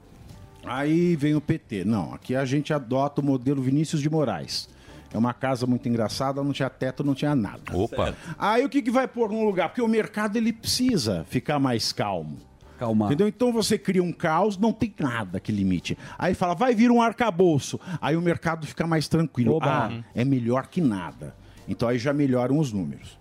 Aí vem o PT. Não, aqui a gente adota o modelo Vinícius de Moraes. É uma casa muito engraçada, não tinha teto, não tinha nada.
Opa.
Aí o que, que vai pôr no lugar? Porque o mercado ele precisa ficar mais calmo. Calmar. Entendeu? Então você cria um caos, não tem nada que limite. Aí fala, vai vir um arcabouço. Aí o mercado fica mais tranquilo.
Oba.
Ah, é melhor que nada. Então aí já melhoram os números.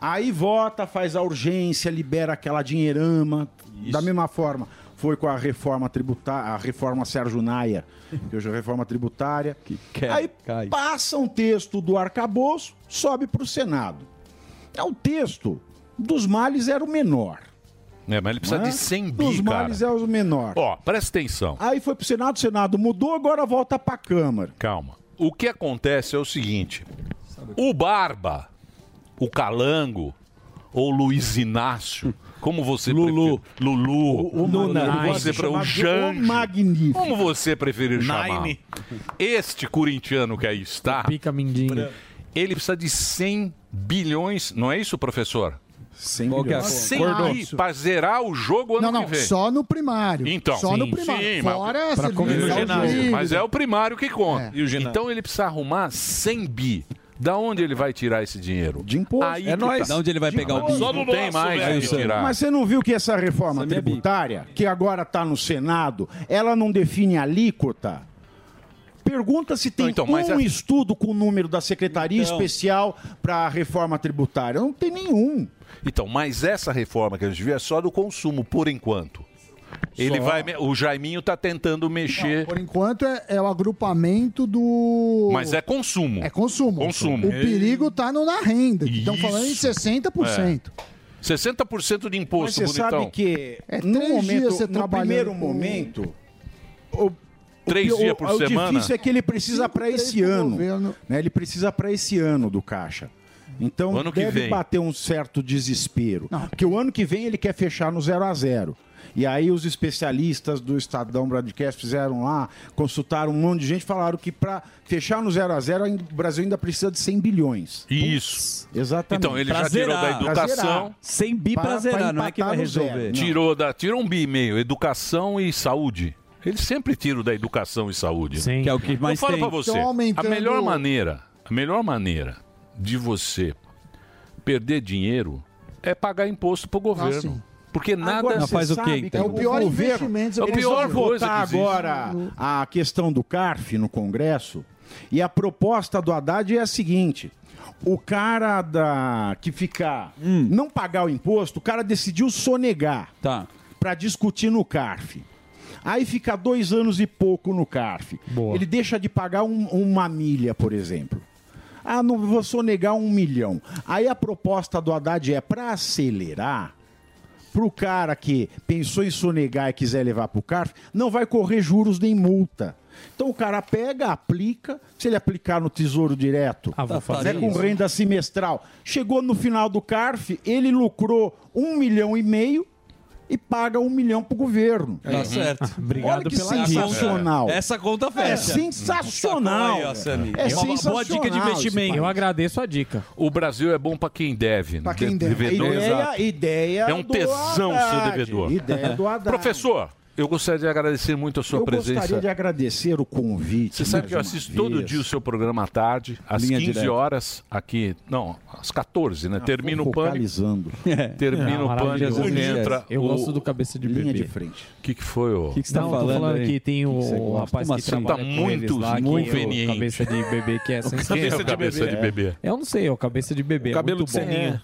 Aí vota, faz a urgência, libera aquela dinheirama. Da mesma forma, foi com a reforma tributária, a reforma Sérgio Naia, que hoje é a reforma tributária. Aí passa um texto do arcabouço, sobe para o Senado. É o texto dos males era o menor.
É, mas ele precisa
né?
de 100 bi,
Dos
cara.
males é o menor.
Ó, presta atenção.
Aí foi pro Senado, o Senado mudou, agora volta pra Câmara.
Calma. O que acontece é o seguinte: o Barba, o Calango, ou Luiz Inácio, como você Lulu. Lulu,
O- o
Luna,
Magnífico.
como você pre- o
Chamado
Janjo,
O Magnífico.
como você preferir chamar.
Nine.
Este corintiano que aí está. Pica
mindinho.
ele precisa de 100 bilhões, não é isso, professor?
100
Qual
que é a conta? Acordou.
para zerar o jogo ano
Não, não,
que vem.
só no primário.
Então,
só no primário.
Sim, mas-
Fora
Pra
serviço
comer no
ao
ginásio.
dívida.
Mas é o primário que conta.
É. E o ginásio?
Então ele precisa arrumar 100 bi. Da onde ele vai tirar esse dinheiro? De
imposto.
Aí
É
que
nóis.
tá.
Da onde
ele vai
pegar
o
Não,
bi?
Só não
Não
tem
nosso,
mais
velho.
onde tirar.
Mas você não viu que essa reforma tributária, que agora está no Senado, ela não define alíquota? Pergunta se tem
então, mas
um
a-
estudo com o número da Secretaria
Então.
Especial para a reforma tributária. Não tem nenhum.
Então, mas essa reforma que a gente viu é só do consumo, por enquanto. Ele
Só.
vai, me- o Jaiminho está tentando mexer,
Por enquanto é, é o agrupamento do.
mas é consumo.
É consumo.
Consumo.
O perigo tá no, na renda. que Estão falando em 60%.
É. 60% de
Mas
imposto,
você
bonitão.
sabe que
É
no,
três dias você
momento, no
trabalhando
primeiro
com-
momento,
Três
o,
dias por
o
semana.
difícil é que ele precisa
Cinco,
para
três
esse
pro
ano. Né? Ele precisa para esse ano do caixa. Então
ano que
deve
vem.
bater um certo desespero. Porque o ano que vem ele quer fechar no 0 a 0 E aí os especialistas do Estadão Broadcast fizeram lá, consultaram um monte de gente, falaram que para fechar no 0 a 0 ainda- o Brasil ainda precisa de 100 bilhões.
Isso.
Exatamente.
Então, ele já tirou da educação.
100 bi
é
Tirou, da, tirou um bi e meio, educação e saúde. Ele sempre tira o da educação e saúde. Sim.
Que é o que mais
Eu falo
tem.
pra você,
Então, aumentando-
a melhor maneira, a melhor maneira de você perder dinheiro é pagar imposto pro governo.
Ah, sim.
Porque nada
Agora, você sabe
então?
então?
que governo-
É o
Eles
pior
vão
coisa
votar
que existe.
agora a questão do CARF no Congresso. E a proposta do Haddad é a seguinte: o cara da que ficar
Hum.
não pagar o imposto, o cara decidiu sonegar. Tá. Para discutir no CARF. Aí fica dois anos e pouco no CARF. Ele deixa de pagar um- uma milha, por exemplo. Ah, não vou sonegar um milhão. Aí a proposta do Haddad é para acelerar, pro cara que pensou em sonegar e quiser levar pro CARF, não vai correr juros nem multa. Então o cara pega, aplica, se ele aplicar no Tesouro Direto,
vou fazer
né, com
isso.
renda semestral, chegou no final do CARF, ele lucrou um milhão e meio e paga um milhão pro governo.
Tá certo.
Obrigado Uhum. Olha que pela dica. sensacional.
É. Essa conta fecha.
É sensacional.
Sacou aí, ó, Sammy?
É
Uma boa
sensacional
dica de investimento.
Eu agradeço a dica.
O Brasil é bom pra quem deve.
Tá
Pra
quem deve. Ideia- ideia
é um
do
tesão
Haddad.
ser devedor.
Ideia do Haddad.
Professor, eu gostaria de agradecer muito a sua
Eu
presença.
gostaria de agradecer o convite. né,
Você sabe que eu assisto todo dia o seu programa à tarde, às
Linha
15
direta.
horas aqui. Não, às 14, né? Termina o pânico.
Ah, focalizando.
Termina
Não,
o pânico,
maravilhoso.
entra.
Eu
o-
gosto do cabeça de bebê.
O que, que foi, ô? O
que que você tá Não, tô falando falando aí? que tem o Que que você gosta? rapaz que
Você tá
trabalha com eles
muito
lá, que é o
conveniente.
cabeça de bebê que é
Quem
sensacional.
é o cabeça de bebê.
Eu não sei, é o cabeça de bebê. é
O Então, cabelo
muito
de
bom.
serrinha.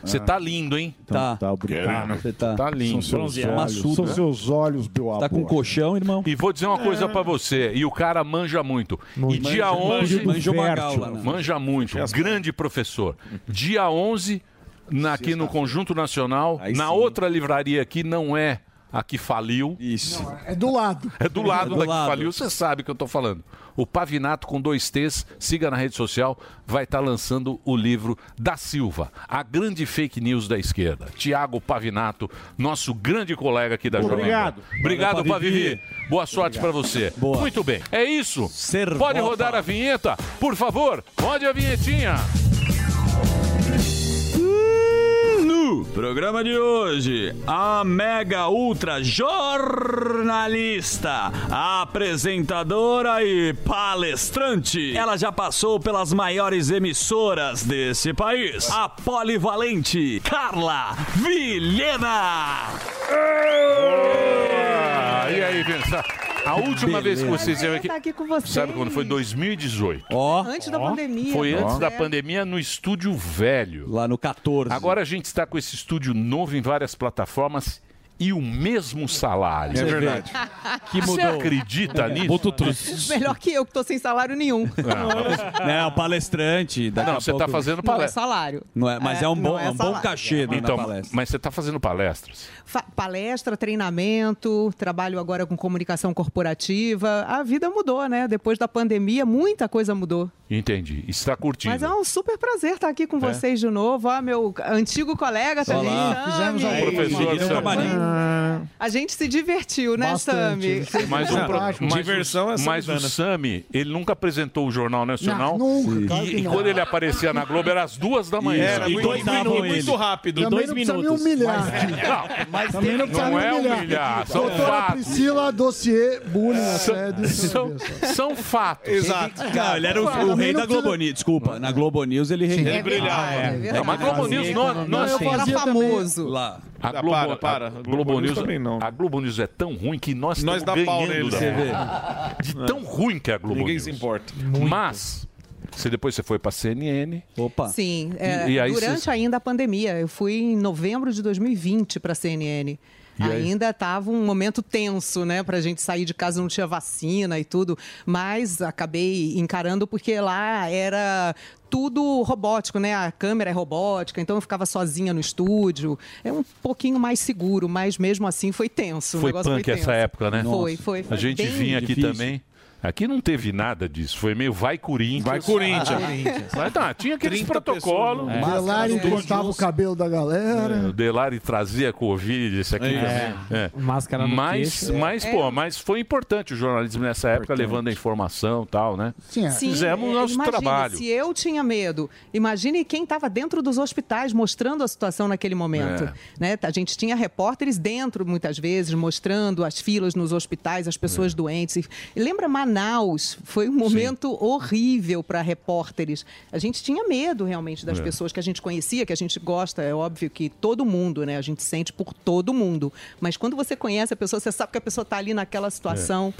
Você tá lindo, hein?
Tá. É. Tá, obrigado.
Querendo.
Você tá-
tá lindo.
São seus olhos, são seus olhos meu
Tá
amor.
colchão, irmão? E vou dizer uma coisa
É.
pra você. E o cara manja muito. E
Muito.
dia
Manja-
11...
manja uma gaula, né?
Manja muito. Grande professor. Dia 11, na- aqui no Conjunto Nacional, na outra livraria aqui, não é a que faliu. Isso.
É do lado.
É do lado da que faliu, você sabe o que eu tô falando. O Pavinato com dois T's, siga na rede social, vai estar lançando o livro da Silva, a grande fake news da esquerda. Tiago Pavinato, nosso grande colega aqui da Jovem Pan.
Obrigado.
tá Obrigado,
Valeu,
Pavivi.
Pavivi.
Boa sorte para
Obrigado.
você.
Boa.
Muito bem. É isso. Pode
boa,
rodar a vinheta, por favor. Rode a vinhetinha.
No programa de hoje, a mega ultra jornalista, apresentadora e palestrante. Ela já passou pelas maiores emissoras desse país. A polivalente Carla Vilhena.
Ah, e aí, Vinícius? A última vez
Beleza.
que você esteve
Prazer
aqui.
estar aqui com vocês.
Sabe quando foi? 2018.
Antes da pandemia.
Foi
pois
antes da
é.
pandemia no estúdio velho. Lá no 14. Agora a gente está com esse estúdio novo em várias plataformas e o mesmo salário.
É verdade.
Que mudou. É. Você acredita nisso?
Melhor que eu, que tô sem salário nenhum.
Ah, né?
Não, palestrante. Daqui
Não,
a
você tá
pouco-
fazendo
Não é salário.
Não é, mas é, um
não
bom,
é
é um bom
salário.
cachê né,
Então,
na palestra.
mas você está fazendo palestras.
Fa- palestra, treinamento, trabalho agora com comunicação corporativa. A vida mudou, né? Depois da pandemia, muita coisa mudou.
Entendi. Está curtindo.
Mas é um super prazer estar aqui com
É.
vocês de novo. Ó, meu antigo colega também,
Olá, fizemos
um
Sami.
ao vivo. Professor Virou Sami. É camarim.
Ah.
A gente se divertiu, né, Sami?
Mas o, um pro- mas
Diversão
o,
é
mas o
Santana.
um Sami, ele nunca apresentou o Jornal Nacional.
Não, nunca,
E-
claro
e
que não.
quando ele aparecia na Globo, era às duas da manhã.
Era, E muito- dois muito- minutos. muito rápido, Também dois não precisa me
um-
minutos. humilhar.
Mas, é- não,
Também não precisa
não
me
é
um
humilhar.
humilhar. São
Doutora
fatos.
Priscila, dossiê, bullying, assédio. é
São, são fatos.
Exato.
Ele-
Não, ele era o, o
Também
rei
não
da
precisa-
Globo né? News. Desculpa, na Globo News ele Ah, é. rei.
Ele
é.
brilhava. Não, mas Globo News não- não assim. Era famoso.
Lá.
A Globo,
para, para.
A, Ah, Globo News,
também
a Globo News é tão ruim que nós,
Nós
estamos
dá pau
ganhando
nele,
da
você
Globo. De tão ruim que é a Globo
Ninguém
News.
se importa.
Mas, você depois você foi pra CNN.
Opa.
Sim, é,
E- e aí
durante
você-
ainda a pandemia. Eu fui em novembro de 2020 para a CNN.
E aí?
Ainda estava um momento tenso, né? Pra gente sair de casa, não tinha vacina e tudo. Mas acabei encarando porque lá era tudo robótico, né? A câmera é robótica, então eu ficava sozinha no estúdio. É um pouquinho mais seguro, mas mesmo assim foi tenso. o
Foi
negócio
punk
foi tenso.
essa época, né?
Foi, foi. foi
A gente
bem
vinha aqui
difícil.
também. Aqui não teve nada disso. Foi meio vai É Corinthians.
Vai Corinthians. Ah, Corinthians.
Mas, tá, tinha aqueles
30
protocolos.
né?
O Delari encostava o
assim.
cabelo da galera.
O Delari trazia Covid, isso aqui
É.
também. É.
Máscara no
mas,
queixo.
mas,
É.
pô, mas foi importante o jornalismo nessa época, levando a informação e tal, né?
Sim,
Fizemos
é,
nosso
imagina,
trabalho.
Se eu tinha medo, imagine quem estava dentro dos hospitais mostrando a situação naquele momento.
É.
Né? A gente tinha repórteres dentro, muitas vezes, mostrando as filas nos hospitais, as
É.
pessoas doentes. E lembra Manaus? Foi um momento horrível para repórteres. A gente tinha medo, realmente, das
É.
pessoas que a gente conhecia, que a gente gosta. É óbvio que todo mundo, né? A gente sente por todo mundo. Mas quando você conhece a pessoa, você sabe que a pessoa está ali naquela situação.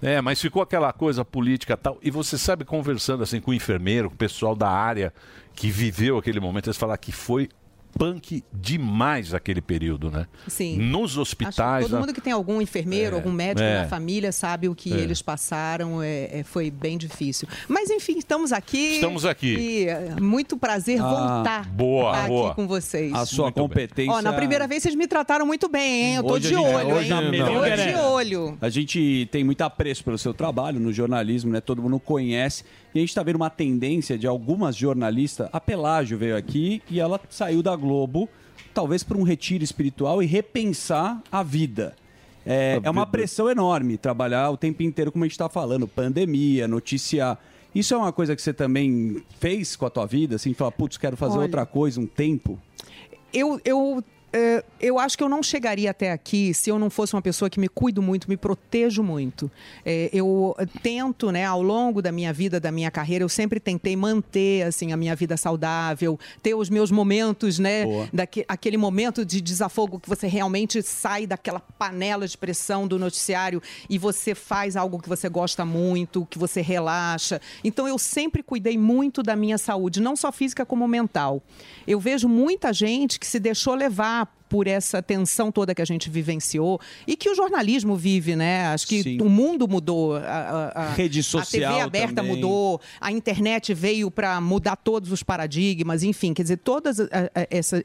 É, mas ficou aquela coisa política e tal. E você sabe, conversando assim com o enfermeiro, com o pessoal da área que viveu aquele momento, eles falaram que foi punk demais aquele período, né?
Sim.
Nos
Acho que
hospitais.
todo
né?
mundo que tem algum enfermeiro, algum médico
É.
na família sabe o que
É.
eles passaram. é- é- foi bem difícil. Mas enfim, estamos aqui.
Estamos aqui.
E é muito prazer
Ah,
voltar
boa,
a estar
boa.
aqui com vocês.
A sua competência.
Ó, na primeira vez vocês me trataram muito bem, hein? Eu tô
Hoje a
de
gente-
olho,
hoje
hein?
não.
Tô
Hoje
de
é.
olho.
A gente tem muito apreço pelo seu trabalho no jornalismo, né? Todo mundo conhece. E a gente está vendo uma tendência de algumas jornalistas. A Pelágio veio aqui e ela saiu da Globo, talvez para um retiro espiritual e repensar a vida. É, é uma pressão enorme trabalhar o tempo inteiro, como a gente está falando, pandemia, noticiar. Isso é uma coisa que você também fez com a tua vida, assim, falar, putz, quero fazer
Olha.
outra coisa, um tempo.
eu, eu, eh, eu acho que eu não chegaria até aqui se eu não fosse uma pessoa que me cuido muito, me protejo muito. Eh, eu eh, tento, né, ao longo da minha vida, da minha carreira, eu sempre tentei manter assim a minha vida saudável, ter os meus momentos, né,
Boa.
daque, aquele momento de desafogo que você realmente sai daquela panela de pressão do noticiário e você faz algo que você gosta muito, que você relaxa. Então eu sempre cuidei muito da minha saúde, não só física como mental. Eu vejo muita gente que se deixou levar por essa tensão toda que a gente vivenciou e que o jornalismo vive, né? Acho que o mundo mudou, a, a- a-
Rede
a
social
TV aberta
também.
mudou, mudou, a internet veio para mudar todos os paradigmas, enfim, quer dizer, todos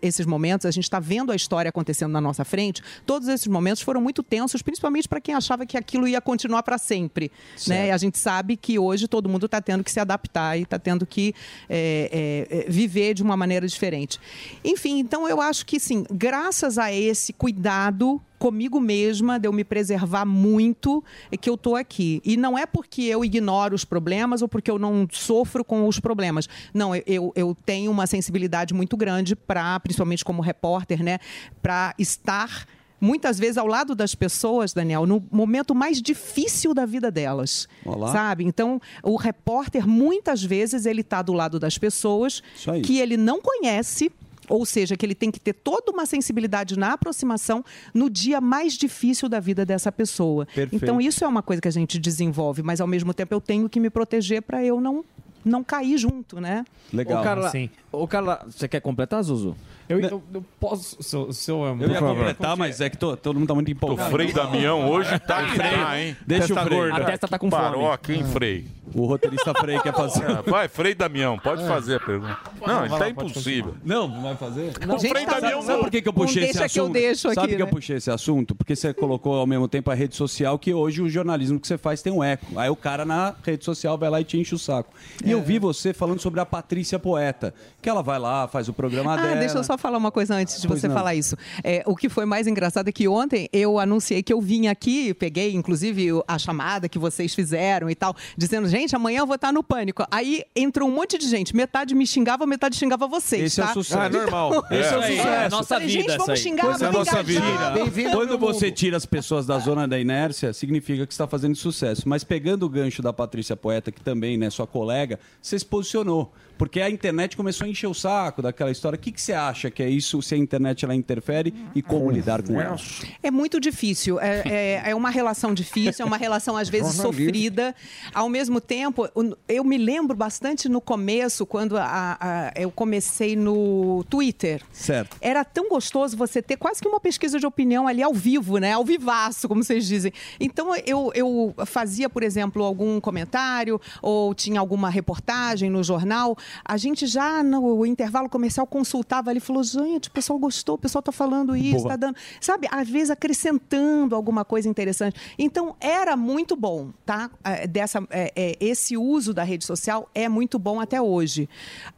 esses momentos, a gente está vendo a história acontecendo na nossa frente, todos esses momentos foram muito tensos, principalmente para quem achava que aquilo ia continuar para sempre. Né? E A gente sabe que hoje todo mundo está tendo que se adaptar e está tendo que é, é, é, viver de uma maneira diferente. Enfim, então eu acho que, sim, graças a esse cuidado comigo mesma, de eu me preservar muito, é que eu tô aqui. E não é porque eu ignoro os problemas ou porque eu não sofro com os problemas. Não, eu- eu, eu tenho uma sensibilidade muito grande para, principalmente como repórter, né, para estar muitas vezes ao lado das pessoas, Daniel, no momento mais difícil da vida delas,
Olá.
sabe? Então, o repórter muitas vezes ele está do lado das pessoas
aí.
que ele não conhece, ou seja, que ele tem que ter toda uma sensibilidade na aproximação no dia mais difícil da vida dessa pessoa.
Perfeito.
Então, isso é uma coisa que a gente desenvolve, mas ao mesmo tempo eu tenho que me proteger para eu não não cair junto, né?
Ô, Carla, ô, Carla, você quer completar, Zuzu?
Eu, eu- eu posso. Se eu, se eu,
Eu ia completar, mas é que tô- todo mundo tá muito empolgado.
O Frei Damião hoje tá que
Frei,
tá, hein? tá
Deixa o Frei.
Parou aqui, hein, Frei?
O roteirista Frei quer fazer. É.
É, vai, Frei Damião, pode fazer a pergunta. Não, ele
Vai
tá
lá, pode
impossível.
Não, não vai fazer?
Não, o
tá
Frei Damião
Sabe por que, que eu puxei esse assunto? Sabe que eu
né?
puxei esse assunto? Porque você colocou ao mesmo tempo a rede social, que hoje o jornalismo que você faz tem um eco. Aí o cara na rede social vai lá e te enche o saco. E
É.
eu vi você falando sobre a Patrícia Poeta, que ela vai lá, faz o programa
Ah,
dela.
deixa eu só falar uma coisa antes de
Pois
você
não.
falar isso. É, o que foi mais engraçado é que ontem eu anunciei que eu vim aqui, peguei inclusive o- a chamada que vocês fizeram e tal, dizendo, gente, amanhã eu vou estar no pânico. Aí entrou um monte de gente, metade me xingava, metade xingava vocês.
Esse é o
tá?
sucesso. Ah, normal.
Então,
Esse é o
Falei,
sucesso.
Gente, vamos xingar,
é
Coisa
vamos
nossa
engajar.
vida. Quando você tira as pessoas da zona da inércia, significa que está fazendo sucesso. Mas pegando o gancho da Patrícia Poeta, que também, né, sua colega, você se posicionou. Porque a internet começou a encher o saco daquela história. O que, que você acha que é isso, se a internet ela interfere e como lidar com ela?
É muito difícil. É, é, é uma relação difícil, é uma relação às vezes
Jornalista.
sofrida. Ao mesmo tempo, eu- eu me lembro bastante no começo, quando a- a- eu comecei no Twitter.
Certo.
Era tão gostoso você ter quase que uma pesquisa de opinião ali ao vivo, né? Ao vivaço, como vocês dizem. Então, eu, eu fazia, por exemplo, algum comentário ou tinha alguma reportagem no jornal. A gente já no intervalo comercial consultava ali e falou: gente, o pessoal gostou, o pessoal está falando isso, tá
Boa.
está dando. Sabe, às vezes acrescentando alguma coisa interessante. Então, era muito bom, tá? Eh, Dessa, eh, eh, esse uso da rede social é muito bom até hoje.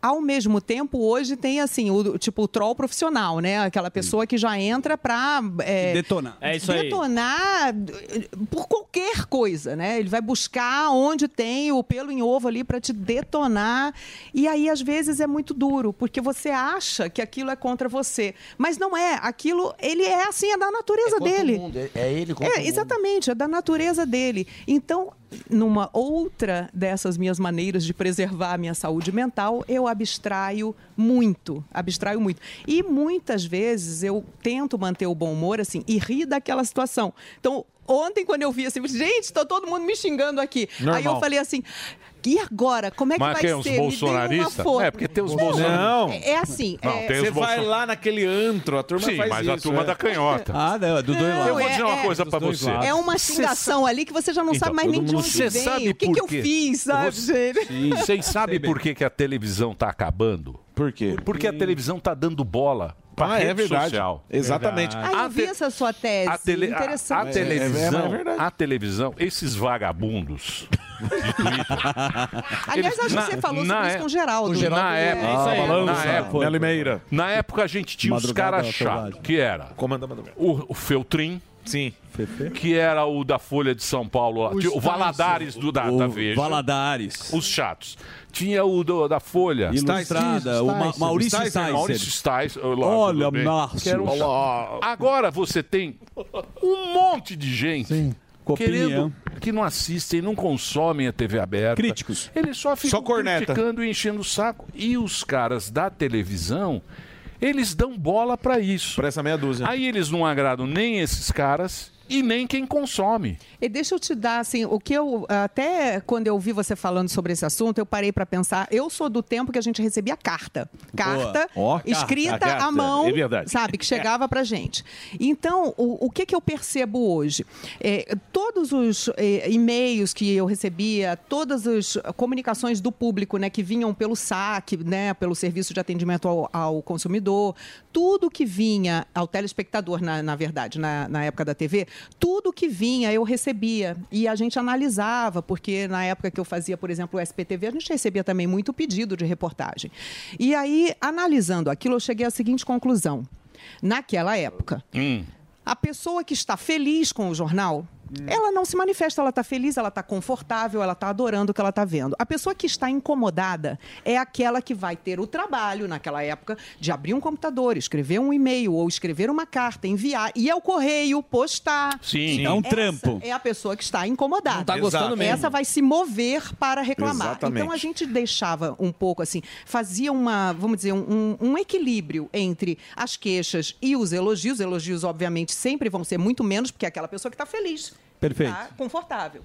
Ao mesmo tempo, hoje tem, assim, o, tipo, o troll profissional, né? Aquela pessoa que já entra para
Detonar. É isso aí.
detonar por qualquer coisa, né? Ele vai buscar onde tem o pelo em ovo ali para te detonar. E aí, às vezes, é muito duro, porque você acha que aquilo é contra você. Mas não é. Aquilo, ele é assim, é da natureza
contra o
dele.
mundo, é- é ele contra o
É,
mundo.
exatamente, é da natureza dele. Então, numa outra dessas minhas maneiras de preservar a minha saúde mental, eu abstraio muito, abstraio muito. E muitas vezes eu tento manter o bom humor assim e rir daquela situação. Então, ontem quando eu vi assim, gente, tá todo mundo me xingando aqui. Aí eu
Normal.
falei assim, e agora? Como é que
Mas
vai
quem?
ser?
Os
Me dê uma
bolsonaristas?
força.
É, porque tem os
Não,
bolsonaristas. Não.
É, é assim,
Não,
é-
tem os
Você vai
bolson-
lá naquele antro, a turma
Sim,
faz
mas a
isso,
turma
é.
da canhota.
Ah, não, é do dois
Não,
lados.
Eu vou dizer uma
é-
coisa
é-
pra você.
É uma xingação ali que você já não
Então,
sabe mais
todo
nem de
mundo
onde
sabe.
vem.
Você sabe
o que,
por
que eu
quê?
fiz, sabe,
Você-
gente?
Vocês sabem por que, que a televisão tá acabando?
Por quê?
Porque a televisão tá dando bola pra
Ah, é
rede
verdade.
social.
Exatamente.
Ah, eu vi essa sua tese.
A, tele- a- a
Interessante. É,
É,
televisão, a televisão, esses vagabundos de Twitter.
Aliás,
eles-
acho que você falou sobre
na
isso
é-
com o Geraldo.
Na
é
época, na época,
Limeira.
na época a gente tinha os
é. Madrugada,
caras
saudade.
chatos, que era
Comanda, madrugada.
o, o Feltrin.
Sim.
Que era o da Folha de São Paulo. lá.
O
Tinha O, Valadares do Data
O
Veja.
Valadares.
Os chatos. Tinha o do- da Folha.
Ilustrada, o Ma- Sticer. Maurício Sticer.
é, Maurício Sticer. Olá,
Olha,
tudo bem?
Márcio.
Que era um chato.
Olá.
Agora você tem um monte de gente
Com
querendo
opinião.
que não assistem, não consomem a TV aberta.
Críticos.
Eles só ficam
Só corneta.
criticando e enchendo o saco. E os caras da televisão, eles dão bola pra isso. Pra
essa meia dúzia.
Aí eles não agradam nem esses caras e nem quem consome.
E deixa eu te dar, assim, o que eu. Até quando eu ouvi você falando sobre esse assunto, eu parei para pensar. Eu sou do tempo que a gente recebia carta. Carta
Ó, carta,
escrita
carta,
à mão,
é verdade.
sabe? Que chegava para gente. Então, o, o que, que eu percebo hoje? É, todos os é, e-mails que eu recebia, todas as comunicações do público, né, que vinham pelo SAC, né, pelo Serviço de Atendimento ao, ao Consumidor, tudo que vinha ao telespectador, na, na verdade, na, na época da TV, tudo que vinha eu recebia e a gente analisava, porque na época que eu fazia, por exemplo, o SPTV, a gente recebia também muito pedido de reportagem. E aí, analisando aquilo, eu cheguei à seguinte conclusão. Naquela época,
Hum.
a pessoa que está feliz com o jornal, ela não se manifesta, ela está feliz, ela está confortável, ela está adorando o que ela está vendo. A pessoa que está incomodada é aquela que vai ter o trabalho, naquela época, de abrir um computador, escrever um e-mail ou escrever uma carta, enviar, ir ao correio, postar.
Sim. É um
Essa
trampo.
É a pessoa que está incomodada.
Não tá gostando Exato. mesmo.
Essa vai se mover para reclamar.
Exatamente.
Então a gente deixava um pouco assim, fazia uma, vamos dizer, um, um- um equilíbrio entre as queixas e os elogios. Elogios, obviamente, sempre vão ser muito menos, porque é aquela pessoa que está tá feliz.
Perfeito.
Tá confortável.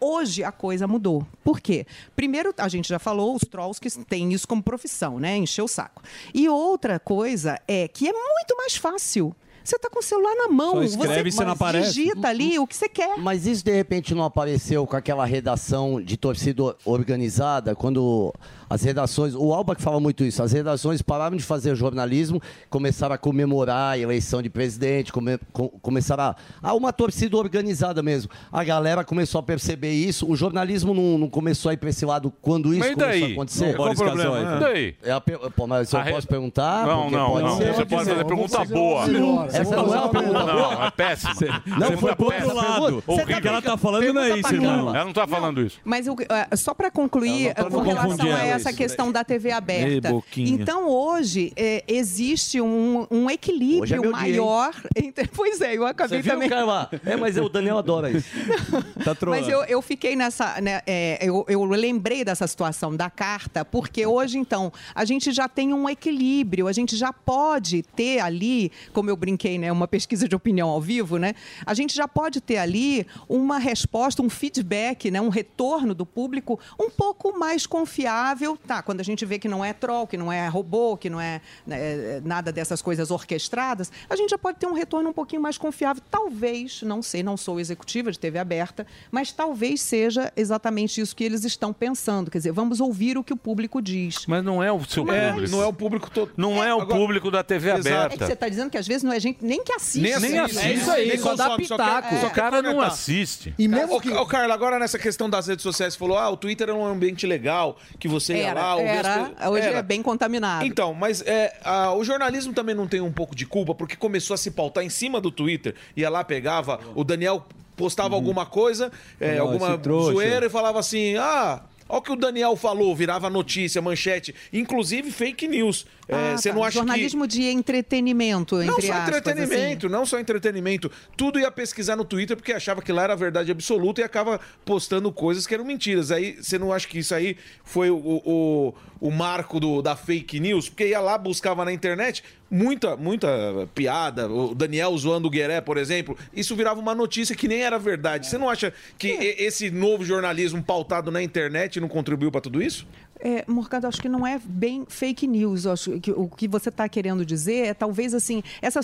Hoje a coisa mudou. Por quê? Primeiro, a gente já falou, os trolls que têm isso como profissão, né? Encher o saco. E outra coisa é que é muito mais fácil. Você está com o celular na mão,
Então
Só escreve e
você
você não aparece.
digita ali o que você quer.
Mas isso de repente não apareceu com aquela redação de torcida organizada, quando as redações. O Alba que fala muito isso, as redações pararam de fazer jornalismo, começaram a comemorar a eleição de presidente, come, com- começaram a. Ah, uma torcida organizada mesmo. A galera começou a perceber isso, o jornalismo não, não começou a ir para esse lado quando isso
Mas e
começou
daí?
a acontecer.
Não, qual o problema, né? E daí?
É a pe- pô, mas eu
A re-
posso perguntar?
Não,
Tá, Porque
não,
pode
não.
ser-
Você pode fazer pergunta boa.
Essa não é uma pergunta boa.
Não, é péssima.
Não,
Você
foi
tá
pro outro
péssima.
lado.
O
Você
que
tá
que ela tá
brincando.
falando não é isso,
Pergunta pra
irmão.
caramba.
Ela não tá falando isso.
Mas eu, eh, só para concluir,
tá
eh, com relação
confundindo
a essa
isso
questão da TV
Ei,
aberta.
Boquinha.
então, hoje, eh, existe um, um
Hoje é
equilíbrio
meu dia, hein?
maior. entre- pois é, eu acabei
Você viu,
também.
Carla? É, mas o Daniel adora isso. tá
Mas eu, eu fiquei nessa. né, é, eu, eu lembrei dessa situação da carta, porque hoje, então, a gente já tem um equilíbrio, a gente já pode ter ali, como eu brinquei, né? Uma pesquisa de opinião ao vivo, né? A gente já pode ter ali uma resposta, um feedback, né? Um retorno do público um pouco mais confiável, tá? Quando a gente vê que não é troll, que não é robô, que não é né, nada dessas coisas orquestradas, a gente já pode ter um retorno um pouquinho mais confiável. Talvez, não sei, não sou executiva de TV aberta, mas talvez seja exatamente isso que eles estão pensando. Quer dizer, vamos ouvir o que o público diz.
Mas não é o seu
Mas-
público.
não é o
público todo. Não é o público da TV
É que você
aberta.
está dizendo que às vezes não é gente nem que assiste.
Nem
né?
assiste.
É isso aí,
Nem
só dá
consome, só quer- tá
pitaco.
só
É.
O cara não assiste.
E mesmo que... É, Ô, Carla, agora nessa questão das redes sociais, você falou, ah, o Twitter é um ambiente legal, que você ia lá...
Era,
ouvia as
era,
coisas."
hoje
Era.
é bem contaminado.
Então, mas é, a- o jornalismo também não tem um pouco de culpa, porque começou a se pautar em cima do Twitter. Ia lá, pegava, o Daniel postava alguma coisa, é,
Falou,
alguma
Uhum. esse trouxa.
zoeira e falava assim, ah... Olha o que o Daniel falou, virava notícia, manchete, inclusive fake news. É,
Ah,
Você
tá.
não acha que.
jornalismo de entretenimento,
Não
entre
só
aspas, assim.
entretenimento, não só entretenimento. Tudo ia pesquisar no Twitter porque achava que lá era a verdade absoluta e acaba postando coisas que eram mentiras. Aí você não acha que isso aí foi o, o, o marco do- da fake news? Porque ia lá, buscava na internet muita, muita piada. O Daniel zoando o Gueré, por exemplo. Isso virava uma notícia que nem era verdade. Você não acha que
É.
e- esse novo jornalismo pautado na internet não contribuiu para tudo isso?
É, Morgado, acho que não é bem fake news. Eu acho que o que você está querendo dizer é talvez assim essa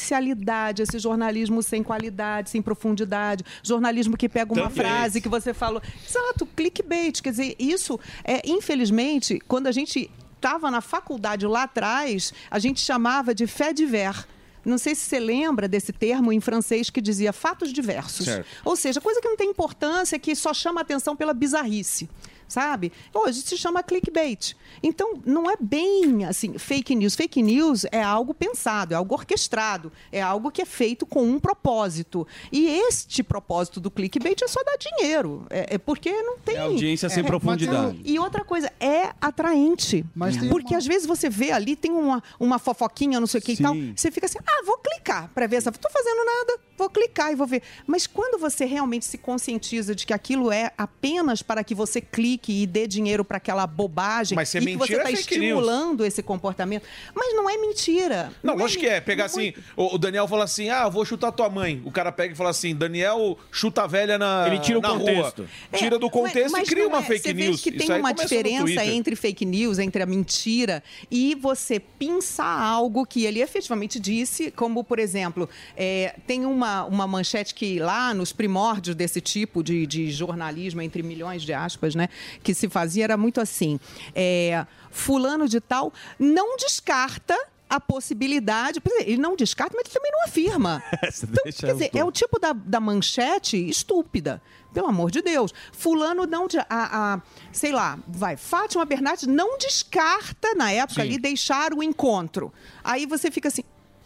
superficialidade, esse jornalismo sem qualidade, sem profundidade, jornalismo que pega uma
Também.
frase que você falou, exato, clickbait. Quer dizer, isso é infelizmente quando a gente estava na faculdade lá atrás, a gente chamava de fait divers. Não sei se você lembra desse termo em francês que dizia fatos diversos.
Certo.
Ou seja, coisa que não tem importância, que só chama atenção pela bizarrice, sabe? Hoje se chama clickbait. Então, não é bem assim, fake news. Fake news é algo pensado, é algo orquestrado, é algo que é feito com um propósito. E este propósito do clickbait é só dar dinheiro. É, é porque não tem.
É audiência sem
É,
profundidade.
mas tem- E outra coisa, é atraente. É. porque às vezes você vê ali, tem uma, uma fofoquinha, não sei o que e tal. Você fica assim, ah, vou clicar pra ver essa. Tô fazendo nada, vou clicar e vou ver. Mas quando você realmente se conscientiza de que aquilo é apenas para que você clique e dê dinheiro pra aquela bobagem
Mas se é
e que você
mentira,
tá
é fake news.
estimulando esse comportamento. Mas não é mentira.
Não, lógico que é. Pegar assim, o, o Daniel fala assim: ah, vou chutar tua mãe. O cara pega e fala assim: Daniel chuta a velha na.
Ele tira o
na
contexto.
Rua. Tira do contexto
Mas
e cria
não
uma
é.
fake
Você vê
news.
que
Isso
tem
aí
uma
começa no
diferença
Twitter.
entre fake news, entre a mentira e você pinçar algo que ele efetivamente disse, como, por exemplo, é, tem uma, uma manchete que lá nos primórdios desse tipo de, de jornalismo, entre milhões de aspas, né, que se fazia, era muito assim, é, fulano de tal não descarta a possibilidade, Quer dizer, ele não descarta, mas ele também não afirma.
então,
Quer dizer, é o tipo da, da manchete estúpida. Pelo amor de Deus. Fulano não. de- A, a- sei lá, vai. Fátima Bernardes não descarta, na época
Sim.
ali, deixar o encontro. Aí você fica assim.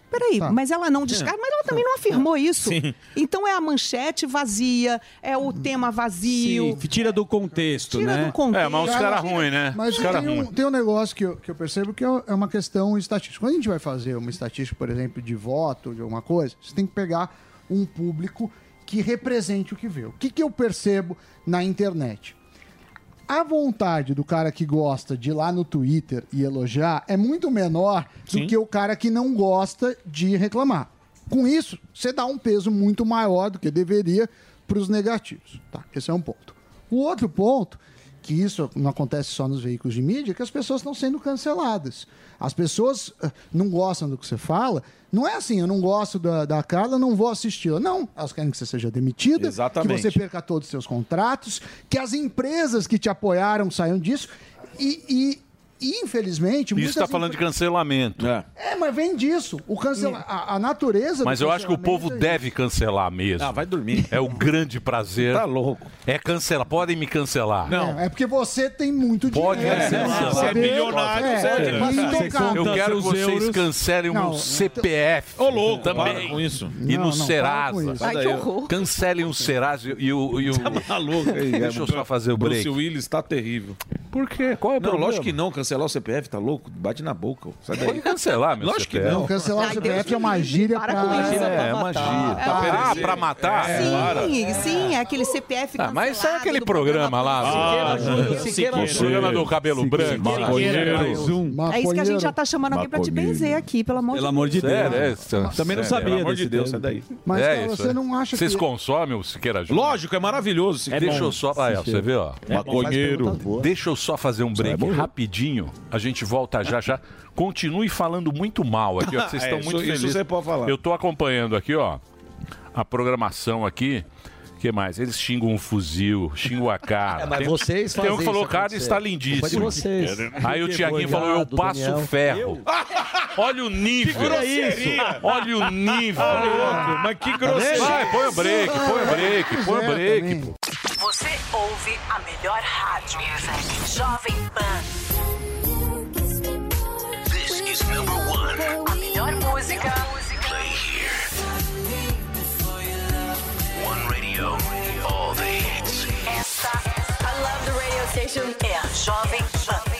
Peraí, mas ela não descarta, mas ela também não afirmou isso.
Sim.
Então é a manchete vazia, é o tema vazio.
Sim, tira do contexto, né?
É, mas os caras ruins, né?
Mas
os caras
tem
Tem
ruins.
um, tem um negócio que eu, que eu percebo que é uma questão estatística. Quando a gente vai fazer uma estatística, por exemplo, de voto, de alguma coisa, você tem que pegar um público que represente o que vê. O que, que eu percebo na internet? A vontade do cara que gosta de ir lá no Twitter e elogiar é muito menor do que o cara que não gosta de reclamar. Com isso, você dá um peso muito maior do que deveria para os negativos. Tá, esse é um ponto. O outro ponto, que isso não acontece só nos veículos de mídia, é que as pessoas estão sendo canceladas. As pessoas ah, não gostam do que você fala. Não é assim, eu não gosto da, da Carla, não vou assistir. Não, elas querem que você seja demitida,
Exatamente.
que você perca todos os seus contratos, que as empresas que te apoiaram saiam disso. E, e, infelizmente,
Isso está tá falando de cancelamento.
é, mas vem disso. O cancela... a, a natureza. do
Mas eu acho que o povo deve cancelar mesmo. Ah, vai dormir. É o grande prazer. Tá louco. É cancelar. Podem me cancelar.
cancelamento- É, é porque você tem muito
Pode
dinheiro.
cancelar.
né?
Você é
Saber-
milionário.
É,
sério.
mas intocável.
Eu quero que vocês cancelem um o
Não,
meu
então-
CPF. Ô, louco. Também.
para com isso.
E no
Não, não, para com
Serasa.
isso. Ai, que horror.
Cancelem o Serasa e o. E o... Tá maluco. Deixa eu só fazer o break.
Bruce Willis tá terrível.
Por quê? Qual é o
não,
problema?
lógico que não. Cancelar o CPF, tá louco? Bate na boca. ó. Sai daí.
Pode cancelar, meu
Lógico que
CPF.
não.
Cancelar o CPF é uma gíria para.
É, uma gíria. Ah, pra matar?
sim,
Para.
sim, é aquele CPF
Ah, mas sai aquele programa lá.
Ah,
Siqueira,
Siqueira,
Siqueira,
Júnior.
programa do cabelo branco.
Maconheiro.
Mais um.
É isso que a gente já tá chamando alguém pra te
Maconheiro.
benzer aqui, pelo amor de Deus.
Sério, é, sério,
Também
sério,
não sabia
pelo amor
desse
de Deus,
dedo.
sai daí.
Mas,
é
cara,
isso,
você
é.
não acha
Vocês
que-
consomem o Siqueira Júnior?
Lógico, é maravilhoso.
Deixa eu só. Ah, é, você vê, ó. Deixa eu só fazer um
é
break rapidinho. A gente volta já já. Continue falando muito mal aqui, ó. que Vocês
É,
estão
isso-
muito
isso
felizes.
você pode falar.
Eu tô acompanhando aqui, ó. A programação aqui. O que mais? Eles xingam o fuzil, xingam a cara.
É, mas
Tem-
vocês
Tem um que
fazem
falou,
isso
cara,
acontecer.
está lindíssimo.
Culpa de vocês.
Aí o
Fiquei
Tiaguinho falou, eu
boiado,
passo
Daniel.
ferro. Olha o nível.
Que grosseria.
Olha o nível.
Tá louco,
mas que
grosseria.
Vai, põe o break, põe o break, põe o break. pô.
Você ouve a melhor rádio. Jovem Pan. This is number one. A melhor música. Play here. One radio. All the hits. é Essa. I love the radio station. É a Jovem Pan.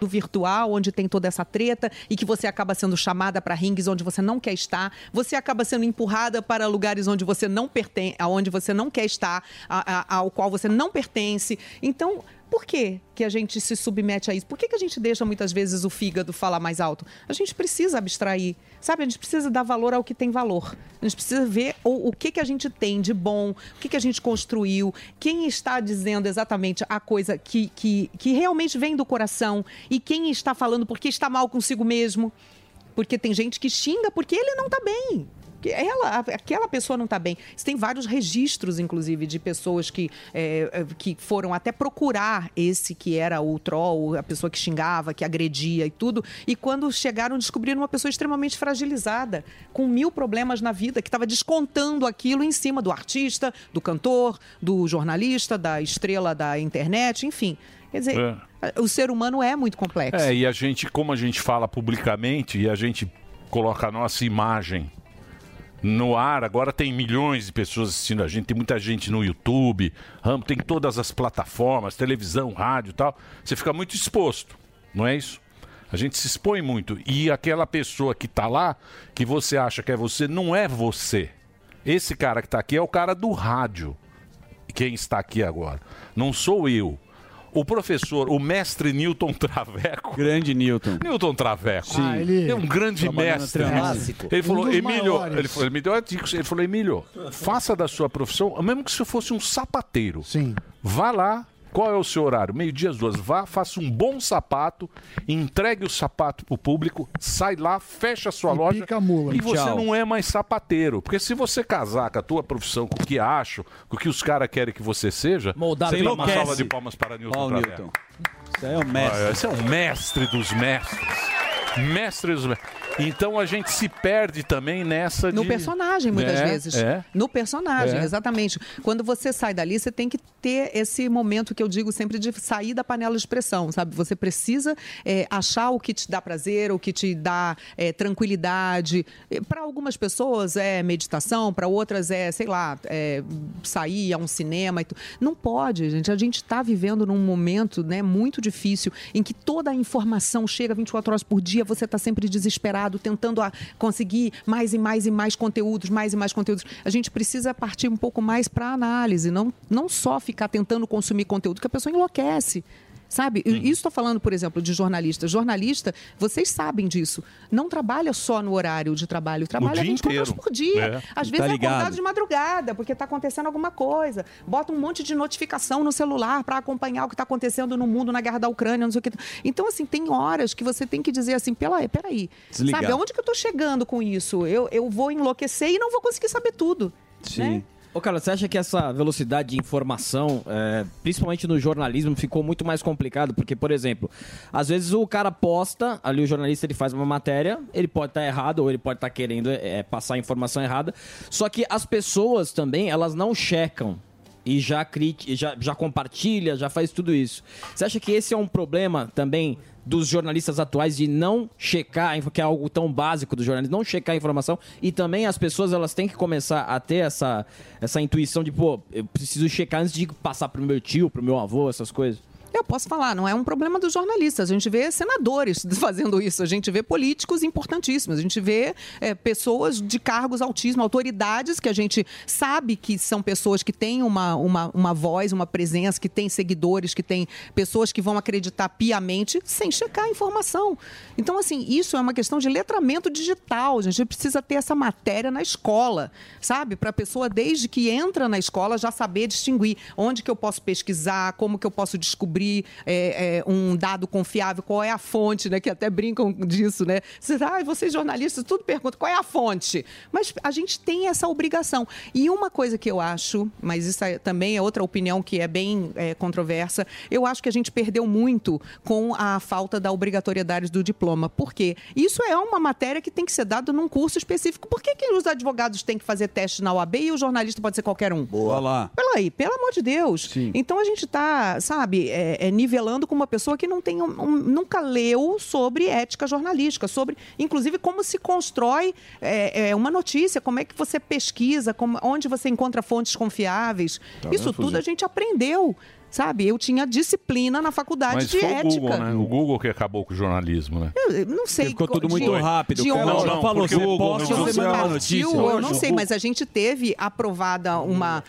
do virtual, onde tem toda essa treta e que você acaba sendo chamada para rings onde você não quer estar, você acaba sendo empurrada para lugares onde você não pertence, aonde você não quer estar, a- a- ao qual você não pertence. Então, por que que a gente se submete a isso? Por que que a gente deixa muitas vezes o fígado falar mais alto? A gente precisa abstrair, sabe? A gente precisa dar valor ao que tem valor. A gente precisa ver o, o que que a gente tem de bom, o que que a gente construiu, quem está dizendo exatamente a coisa que, que, que realmente vem do coração e quem está falando porque está mal consigo mesmo. Porque tem gente que xinga porque ele não está bem. Que Ela, a- aquela pessoa não está bem. Isso tem vários registros, inclusive, de pessoas que, é, é, que foram até procurar esse que era o troll, a pessoa que xingava, que agredia e tudo. E quando chegaram, descobriram uma pessoa extremamente fragilizada, com mil problemas na vida, que estava descontando aquilo em cima do artista, do cantor, do jornalista, da estrela da internet, enfim. Quer dizer,
É.
o ser humano é muito complexo.
É, e a gente, como a gente fala publicamente e a gente coloca a nossa imagem no ar, agora tem milhões de pessoas assistindo a gente, tem muita gente no YouTube, Ram, tem todas as plataformas, televisão, rádio e tal. Você fica muito exposto, não é isso? A gente se expõe muito. E aquela pessoa que tá lá, que você acha que é você, não é você. Esse cara que tá aqui é o cara do rádio quem está aqui agora. Não sou eu. O professor, o mestre Newton Traveco. Grande Newton. Newton Traveco. Sim.
Ah, ele
ele é um grande
trabalhou na
mestre.
TV.
nisso.
Clássico.
Ele falou,
Um dos
Emílio,
maiores.
ele falou, ele me deu uma dica, ele falou, tipo, Emílio, faça da sua profissão, mesmo que se fosse um sapateiro. Sim. Vá lá, qual é o seu horário? Meio-dia às duas. Vá, faça um bom sapato, entregue o sapato pro público, sai lá, fecha a sua loja.
pica a mula.
E você
Tchau.
não é mais sapateiro. Porque se você casar com a tua profissão, com o que acho, com o que os caras querem que você seja,
Moldado
tem uma
enlouquece.
salva de palmas para Newton.
Ó, o
Traveco.
Newton.
Esse é o mestre. Esse é o mestre dos mestres. Mestre dos mestres. Então a gente se perde também nessa
No
de-
personagem, muitas
É,
vezes.
É.
No personagem,
É.
exatamente. Quando você sai dali, você tem que ter esse momento que eu digo sempre de sair da panela de expressão, sabe? Você precisa é, achar o que te dá prazer, o que te dá é, tranquilidade. Para algumas pessoas é meditação, para outras é, sei lá, é, sair a um cinema. E tu... Não pode, gente. A gente está vivendo num momento né, muito difícil em que toda a informação chega 24 horas por dia, você está sempre desesperado, tentando a- conseguir mais e mais e mais conteúdos, mais e mais conteúdos. A gente precisa partir um pouco mais para análise, não, não só ficar tentando consumir conteúdo, que a pessoa enlouquece. Sabe? E Isso estou falando, por exemplo, de jornalista. Jornalista, vocês sabem disso. Não trabalha só no horário de trabalho.
dia
Trabalha 24 horas
inteiro.
por dia.
É.
Às
Tá
vezes é
ligado.
acordado de madrugada, porque está acontecendo alguma coisa. Bota um monte de notificação no celular para acompanhar o que está acontecendo no mundo, na guerra da Ucrânia, não sei o que. Então, assim, tem horas que você tem que dizer assim, pela, peraí,
Desligar.
sabe, aonde que eu estou chegando com isso? Eu, eu vou enlouquecer e não vou conseguir saber tudo.
Sim. Ô, Carlos, você acha que essa velocidade de informação, é, principalmente no jornalismo, ficou muito mais complicado? Porque, por exemplo, às vezes o cara posta, ali o jornalista ele faz uma matéria, ele pode estar errado ou ele pode estar querendo é, passar a informação errada. Só que as pessoas também, elas não checam e já, crit... já, já compartilha, já faz tudo isso. Você acha que esse é um problema também dos jornalistas atuais de não checar, a info- que é algo tão básico do jornalismo, não checar a informação e também as pessoas elas têm que começar a ter essa, essa intuição de, pô, eu preciso checar antes de passar pro meu tio, pro meu avô, essas coisas.
Eu posso falar, não é um problema dos jornalistas. A gente vê senadores fazendo isso, a gente vê políticos importantíssimos, a gente vê é, pessoas de cargos altíssimos, autoridades que a gente sabe que são pessoas que têm uma, uma, uma voz, uma presença, que têm seguidores, que têm pessoas que vão acreditar piamente sem checar a informação. Então, assim, isso é uma questão de letramento digital. A gente precisa ter essa matéria na escola, sabe? Para a pessoa, desde que entra na escola, já saber distinguir onde que eu posso pesquisar, como que eu posso descobrir é, é, um dado confiável, qual é a fonte, né? Que até brincam disso, né? Vocês, ah, vocês jornalistas, tudo perguntam qual é a fonte. Mas a gente tem essa obrigação. E uma coisa que eu acho, mas isso é- também é outra opinião que é bem é, controversa, eu acho que a gente perdeu muito com a falta da obrigatoriedade do diploma. Por quê? Isso é uma matéria que tem que ser dada num curso específico. Por que, que os advogados têm que fazer teste na OAB e o jornalista pode ser qualquer um?
Boa. lá.
Pelo aí, pelo amor de Deus. Então a gente está, sabe, é, é, nivelando com uma pessoa que não tem um- um- nunca leu sobre ética jornalística, sobre, inclusive, como se constrói é, é, uma notícia, como é que você pesquisa, como- onde você encontra fontes confiáveis.
Tá
Isso
vendo,
tudo
Fuzil?
a gente aprendeu. Sabe, eu tinha disciplina na faculdade
Mas
de
foi o
ética.
Google, né? O Google que acabou com o jornalismo, né?
Eu eu não sei.
Ficou
co-
tudo muito
de-
rápido,
De
cara.
onde?
Não, não, Falou, porque você o posta, Google você não manda sabe. notícia.
Tio, Eu não
Hoje,
sei,
o-
mas a gente teve aprovada uma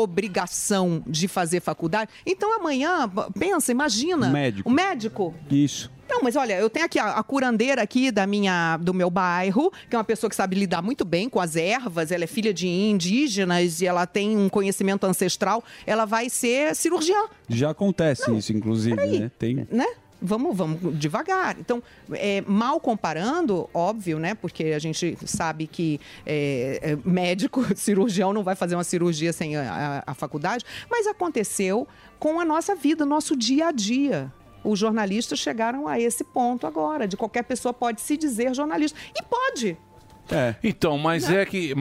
desobrigação de fazer faculdade. Então amanhã, b- pensa, imagina.
Um médico.
O médico.
Isso.
Não, mas olha, eu tenho aqui a, a curandeira aqui da minha, do meu bairro, que é uma pessoa que sabe lidar muito bem com as ervas, ela é filha de indígenas e ela tem um conhecimento ancestral, ela vai ser cirurgiã
Já acontece isso, inclusive, né? Tem.
né? Vamos, vamos devagar. Então, é, mal comparando, óbvio, né? Porque a gente sabe que é, é, médico, cirurgião não vai fazer uma cirurgia sem a, a- a faculdade, mas aconteceu com a nossa vida, nosso dia a dia. Os jornalistas chegaram a esse ponto agora, de qualquer pessoa pode se dizer jornalista. E pode!
Então, mas é que.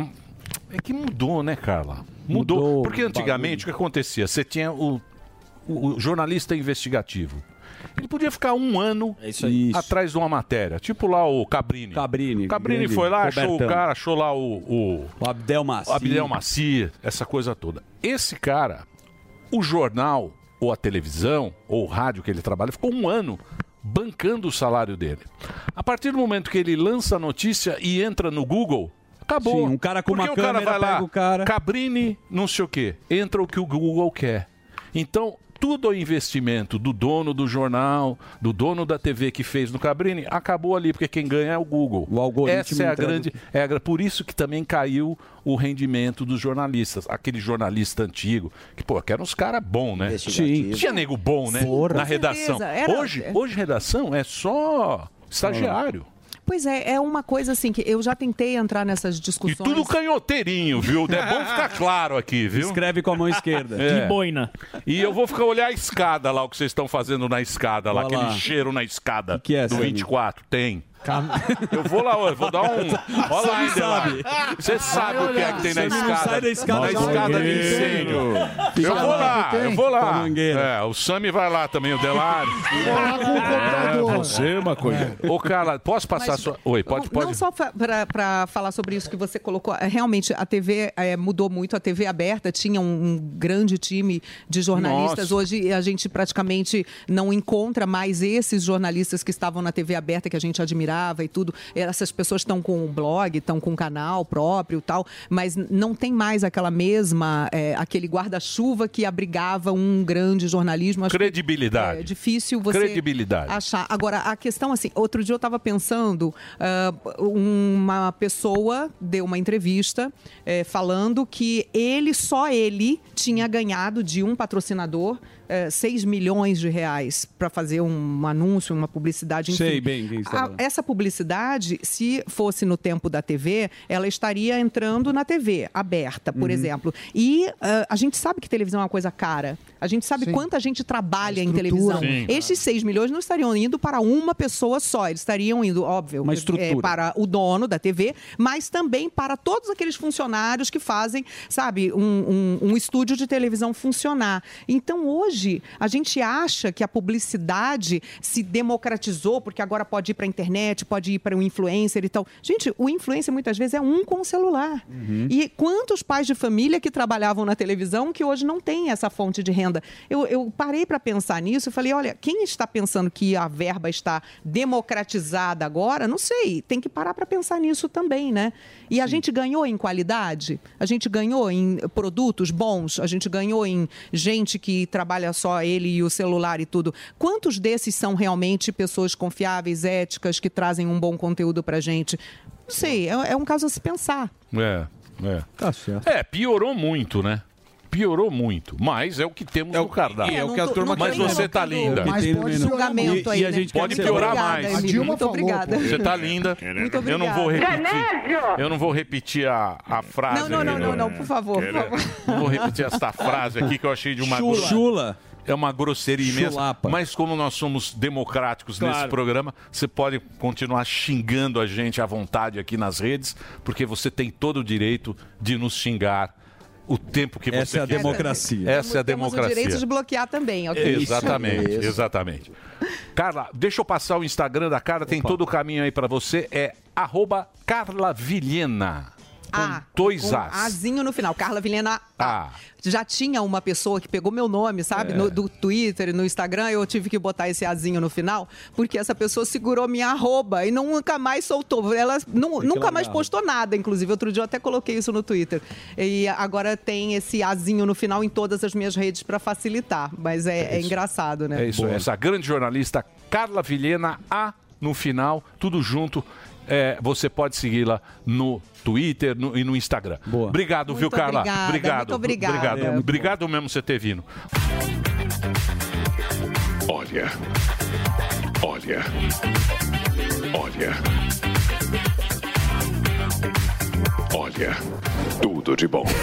É que mudou, né, Carla? Mudou. Porque antigamente o que acontecia? Você tinha o, o- o jornalista investigativo. Ele podia ficar um ano atrás de uma matéria. Tipo lá o Cabrini. Cabrini. Cabrini
grande
foi lá, achou o
Robertão.
cara, achou lá o. O,
Abdel Maci.
Abdel Maci, essa coisa toda. Esse cara, o jornal, ou a televisão, ou o rádio que ele trabalha, ficou um ano bancando o salário dele. A partir do momento que ele lança a notícia e entra no Google, acabou.
Sim, um cara com
Porque
uma
o cara
câmera
vai lá,
pega o cara.
Cabrini, não sei o quê. Entra o que o Google quer. Então, tudo o investimento do dono do jornal, do dono da TV que fez no Cabrini, acabou ali, porque quem ganha é o Google. O
algoritmo
Essa é a
entrando.
grande regra. Por isso que também caiu o rendimento dos jornalistas. Aquele jornalista antigo, que, pô, que eram uns caras bons, né?
Investigativo.
Tinha nego bom, né?
Sim, com
Na
certeza.
redação.
Era-
Hoje, hoje, redação é só estagiário.
Pois é, é uma coisa assim que eu já tentei entrar nessas
E
discussões.
tudo canhoteirinho, viu? É bom ficar claro aqui, viu?
Escreve com a mão esquerda.
É.
Que boina.
E eu vou ficar olhar a escada lá, o que vocês estão fazendo na escada lá,
Olha
aquele
lá.
cheiro na escada
que é,
do
Sammy?
24. Tem. Eu vou lá, ó, eu vou dar um. Olha lá,
Sammy
Adelar.
sabe.
Você sabe o que é que tem na
Sammy não
escada.
sai da escada
na
já.
escada de
Mangueiro.
incêndio.
Fica
Eu vou
lá.
lá, eu vou
Com a
lá.
mangueira.
É, o Sami vai lá também, o Delar. É,
computador.
você, maconha. Ô, Carla, posso passar a sua. Oi, pode, pode.
Não só para falar sobre isso que você colocou, é, realmente a TV é, mudou muito, a TV aberta tinha um, um grande time de jornalistas.
Nossa.
Hoje a gente praticamente não encontra mais esses jornalistas que estavam na TV aberta que a gente admirava. divulgava e tudo. Essas pessoas estão com um blog, estão com um canal próprio e tal, mas não tem mais aquela mesma, é, aquele guarda-chuva que abrigava um grande jornalismo. Acho que
Credibilidade.
É difícil você
Credibilidade.
achar. Agora, a questão assim, outro dia eu estava pensando, ah, uma pessoa deu uma entrevista eh, falando que ele, só ele, tinha ganhado de um patrocinador eh, 6 milhões de reais para fazer um anúncio, uma publicidade. Enfim.
Sei bem quem está
A-
falando.
Essa publicidade, se fosse no tempo da TV, ela estaria entrando na TV aberta, por
Uhum.
exemplo. E ah, a gente sabe que televisão é uma coisa cara. A gente sabe quanta gente trabalha em televisão.
Sim.
Esses 6 milhões não estariam indo para uma pessoa só, eles estariam indo, óbvio,
Uma
eh,
estrutura.
para o dono da TV, mas também para todos aqueles funcionários que fazem, sabe, um, um- um estúdio de televisão funcionar. Então, hoje, a gente acha que a publicidade se democratizou, porque agora pode ir para a internet, pode ir para o influencer e tal. Gente, o influencer muitas vezes é um com o celular.
Uhum.
E quantos pais de família que trabalhavam na televisão que hoje não têm essa fonte de renda? Eu, eu parei para pensar nisso e falei: olha, quem está pensando que a verba está democratizada agora, não sei, tem que parar para pensar nisso também, né? E a gente ganhou em qualidade, a gente ganhou em produtos bons, a gente ganhou em gente que trabalha só ele e o celular e tudo. Quantos desses são realmente pessoas confiáveis, éticas, que trazem um bom conteúdo para gente? Não sei, é- é um caso a se pensar.
É, é.
Tá
É, piorou muito, né? Piorou muito, mas é o que temos no cardápio.
é o que a turma
Mas
quer.
você tá
Mas
linda.
pode piorar
julgamento muito. aí,
E a
né?
gente pode
Muito
piorar
obrigada,
mais.
Emílio. A Dilma Muito falou, obrigada. pô.
Você tá linda.
Muito
Eu não
obrigada.
vou
é,
repetir.
Genésio!
Eu não vou repetir a, a frase.
Não, não, não, não, não, por favor, por favor.
Não é Vou repetir esta frase aqui que eu achei de uma
Chula.
Chula. É uma grosseria imensa.
Chulapa.
Mas como nós somos democráticos nesse
Claro.
programa, você pode continuar xingando a gente à vontade aqui nas redes, porque você tem todo o direito de nos xingar o tempo que
Essa
você
é a
quiser.
democracia.
Essa é a
Temos o direito de
democracia.
bloquear também, ok?
Exatamente, exatamente. Carla, deixa eu passar o Instagram da Carla, tem todo o caminho aí pra você. É arroba Carla Vilhena. Com dois
Com
As.
Azinho no final. Carla Vilhena
Ah.
já tinha uma pessoa que pegou meu nome, sabe?
É.
No, do Twitter e no Instagram, eu tive que botar esse azinho no final, porque essa pessoa segurou minha arroba e nunca mais soltou. Ela nu- nunca
largar.
mais postou nada, inclusive. Outro dia eu até coloquei isso no Twitter. E agora tem esse azinho no final em todas as minhas redes para facilitar. Mas é, é engraçado, né?
É isso, aí, essa grande jornalista Carla Vilhena, A no final, tudo junto. É, você pode segui-la no Twitter no- e no Instagram. Boa. Obrigado,
Muito
viu, Carla?
obrigada,
obrigado.
muito obrigada. É,
Obrigado,
muito
obrigado mesmo você ter vindo.
Olha. Olha. Olha. Olha. Tudo de bom.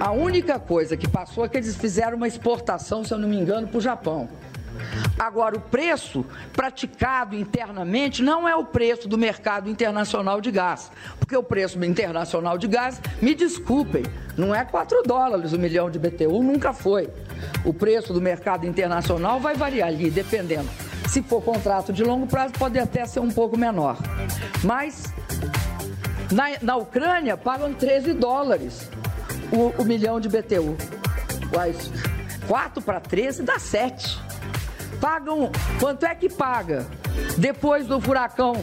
A única coisa que passou é que eles fizeram uma exportação, se eu não me engano, para o Japão. Agora, o preço praticado internamente não é o preço do mercado internacional de gás. Porque o preço internacional de gás, me desculpem, não é 4 dólares o milhão de BTU, nunca foi. O preço do mercado internacional vai variar ali, dependendo. Se for contrato de longo prazo, pode até ser um pouco menor. Mas na, na Ucrânia, pagam 13 dólares o, o milhão de BTU. Uai, 4 para 13 dá 7. Pagam. Quanto é que paga? Depois do furacão.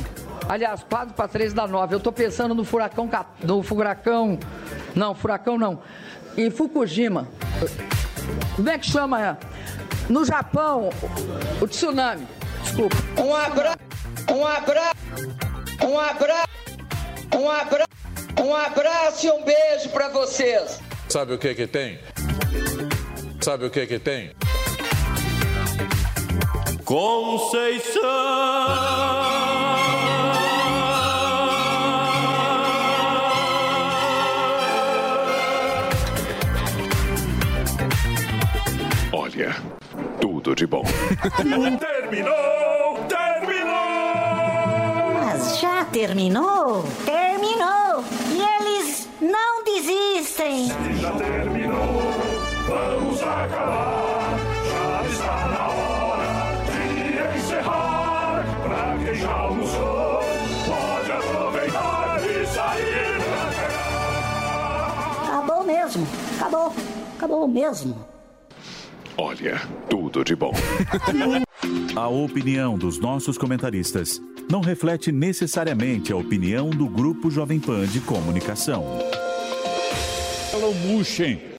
Aliás, 4 para 13 dá 9. Eu estou pensando no furacão. ca- No furacão. Não, furacão não. Em Fukushima. Como é que chama? No Japão, o tsunami. Desculpa. Um abraço. Um abraço. Um abraço. Um abraço, um abraço e um beijo para vocês.
Sabe o que que tem? Sabe o que que tem?
Conceição.
Olha. Tudo de bom.
Terminou! Terminou!
Mas já terminou? Terminou! E eles não desistem!
Já terminou! Vamos acabar! Já está na hora de encerrar! Pra quem já almoçou, pode aproveitar e sair pra cá!
Acabou mesmo! Acabou! Acabou mesmo!
Olha, tudo de bom.
A opinião dos nossos comentaristas não reflete necessariamente a opinião do Grupo Jovem Pan de Comunicação.
Não murchem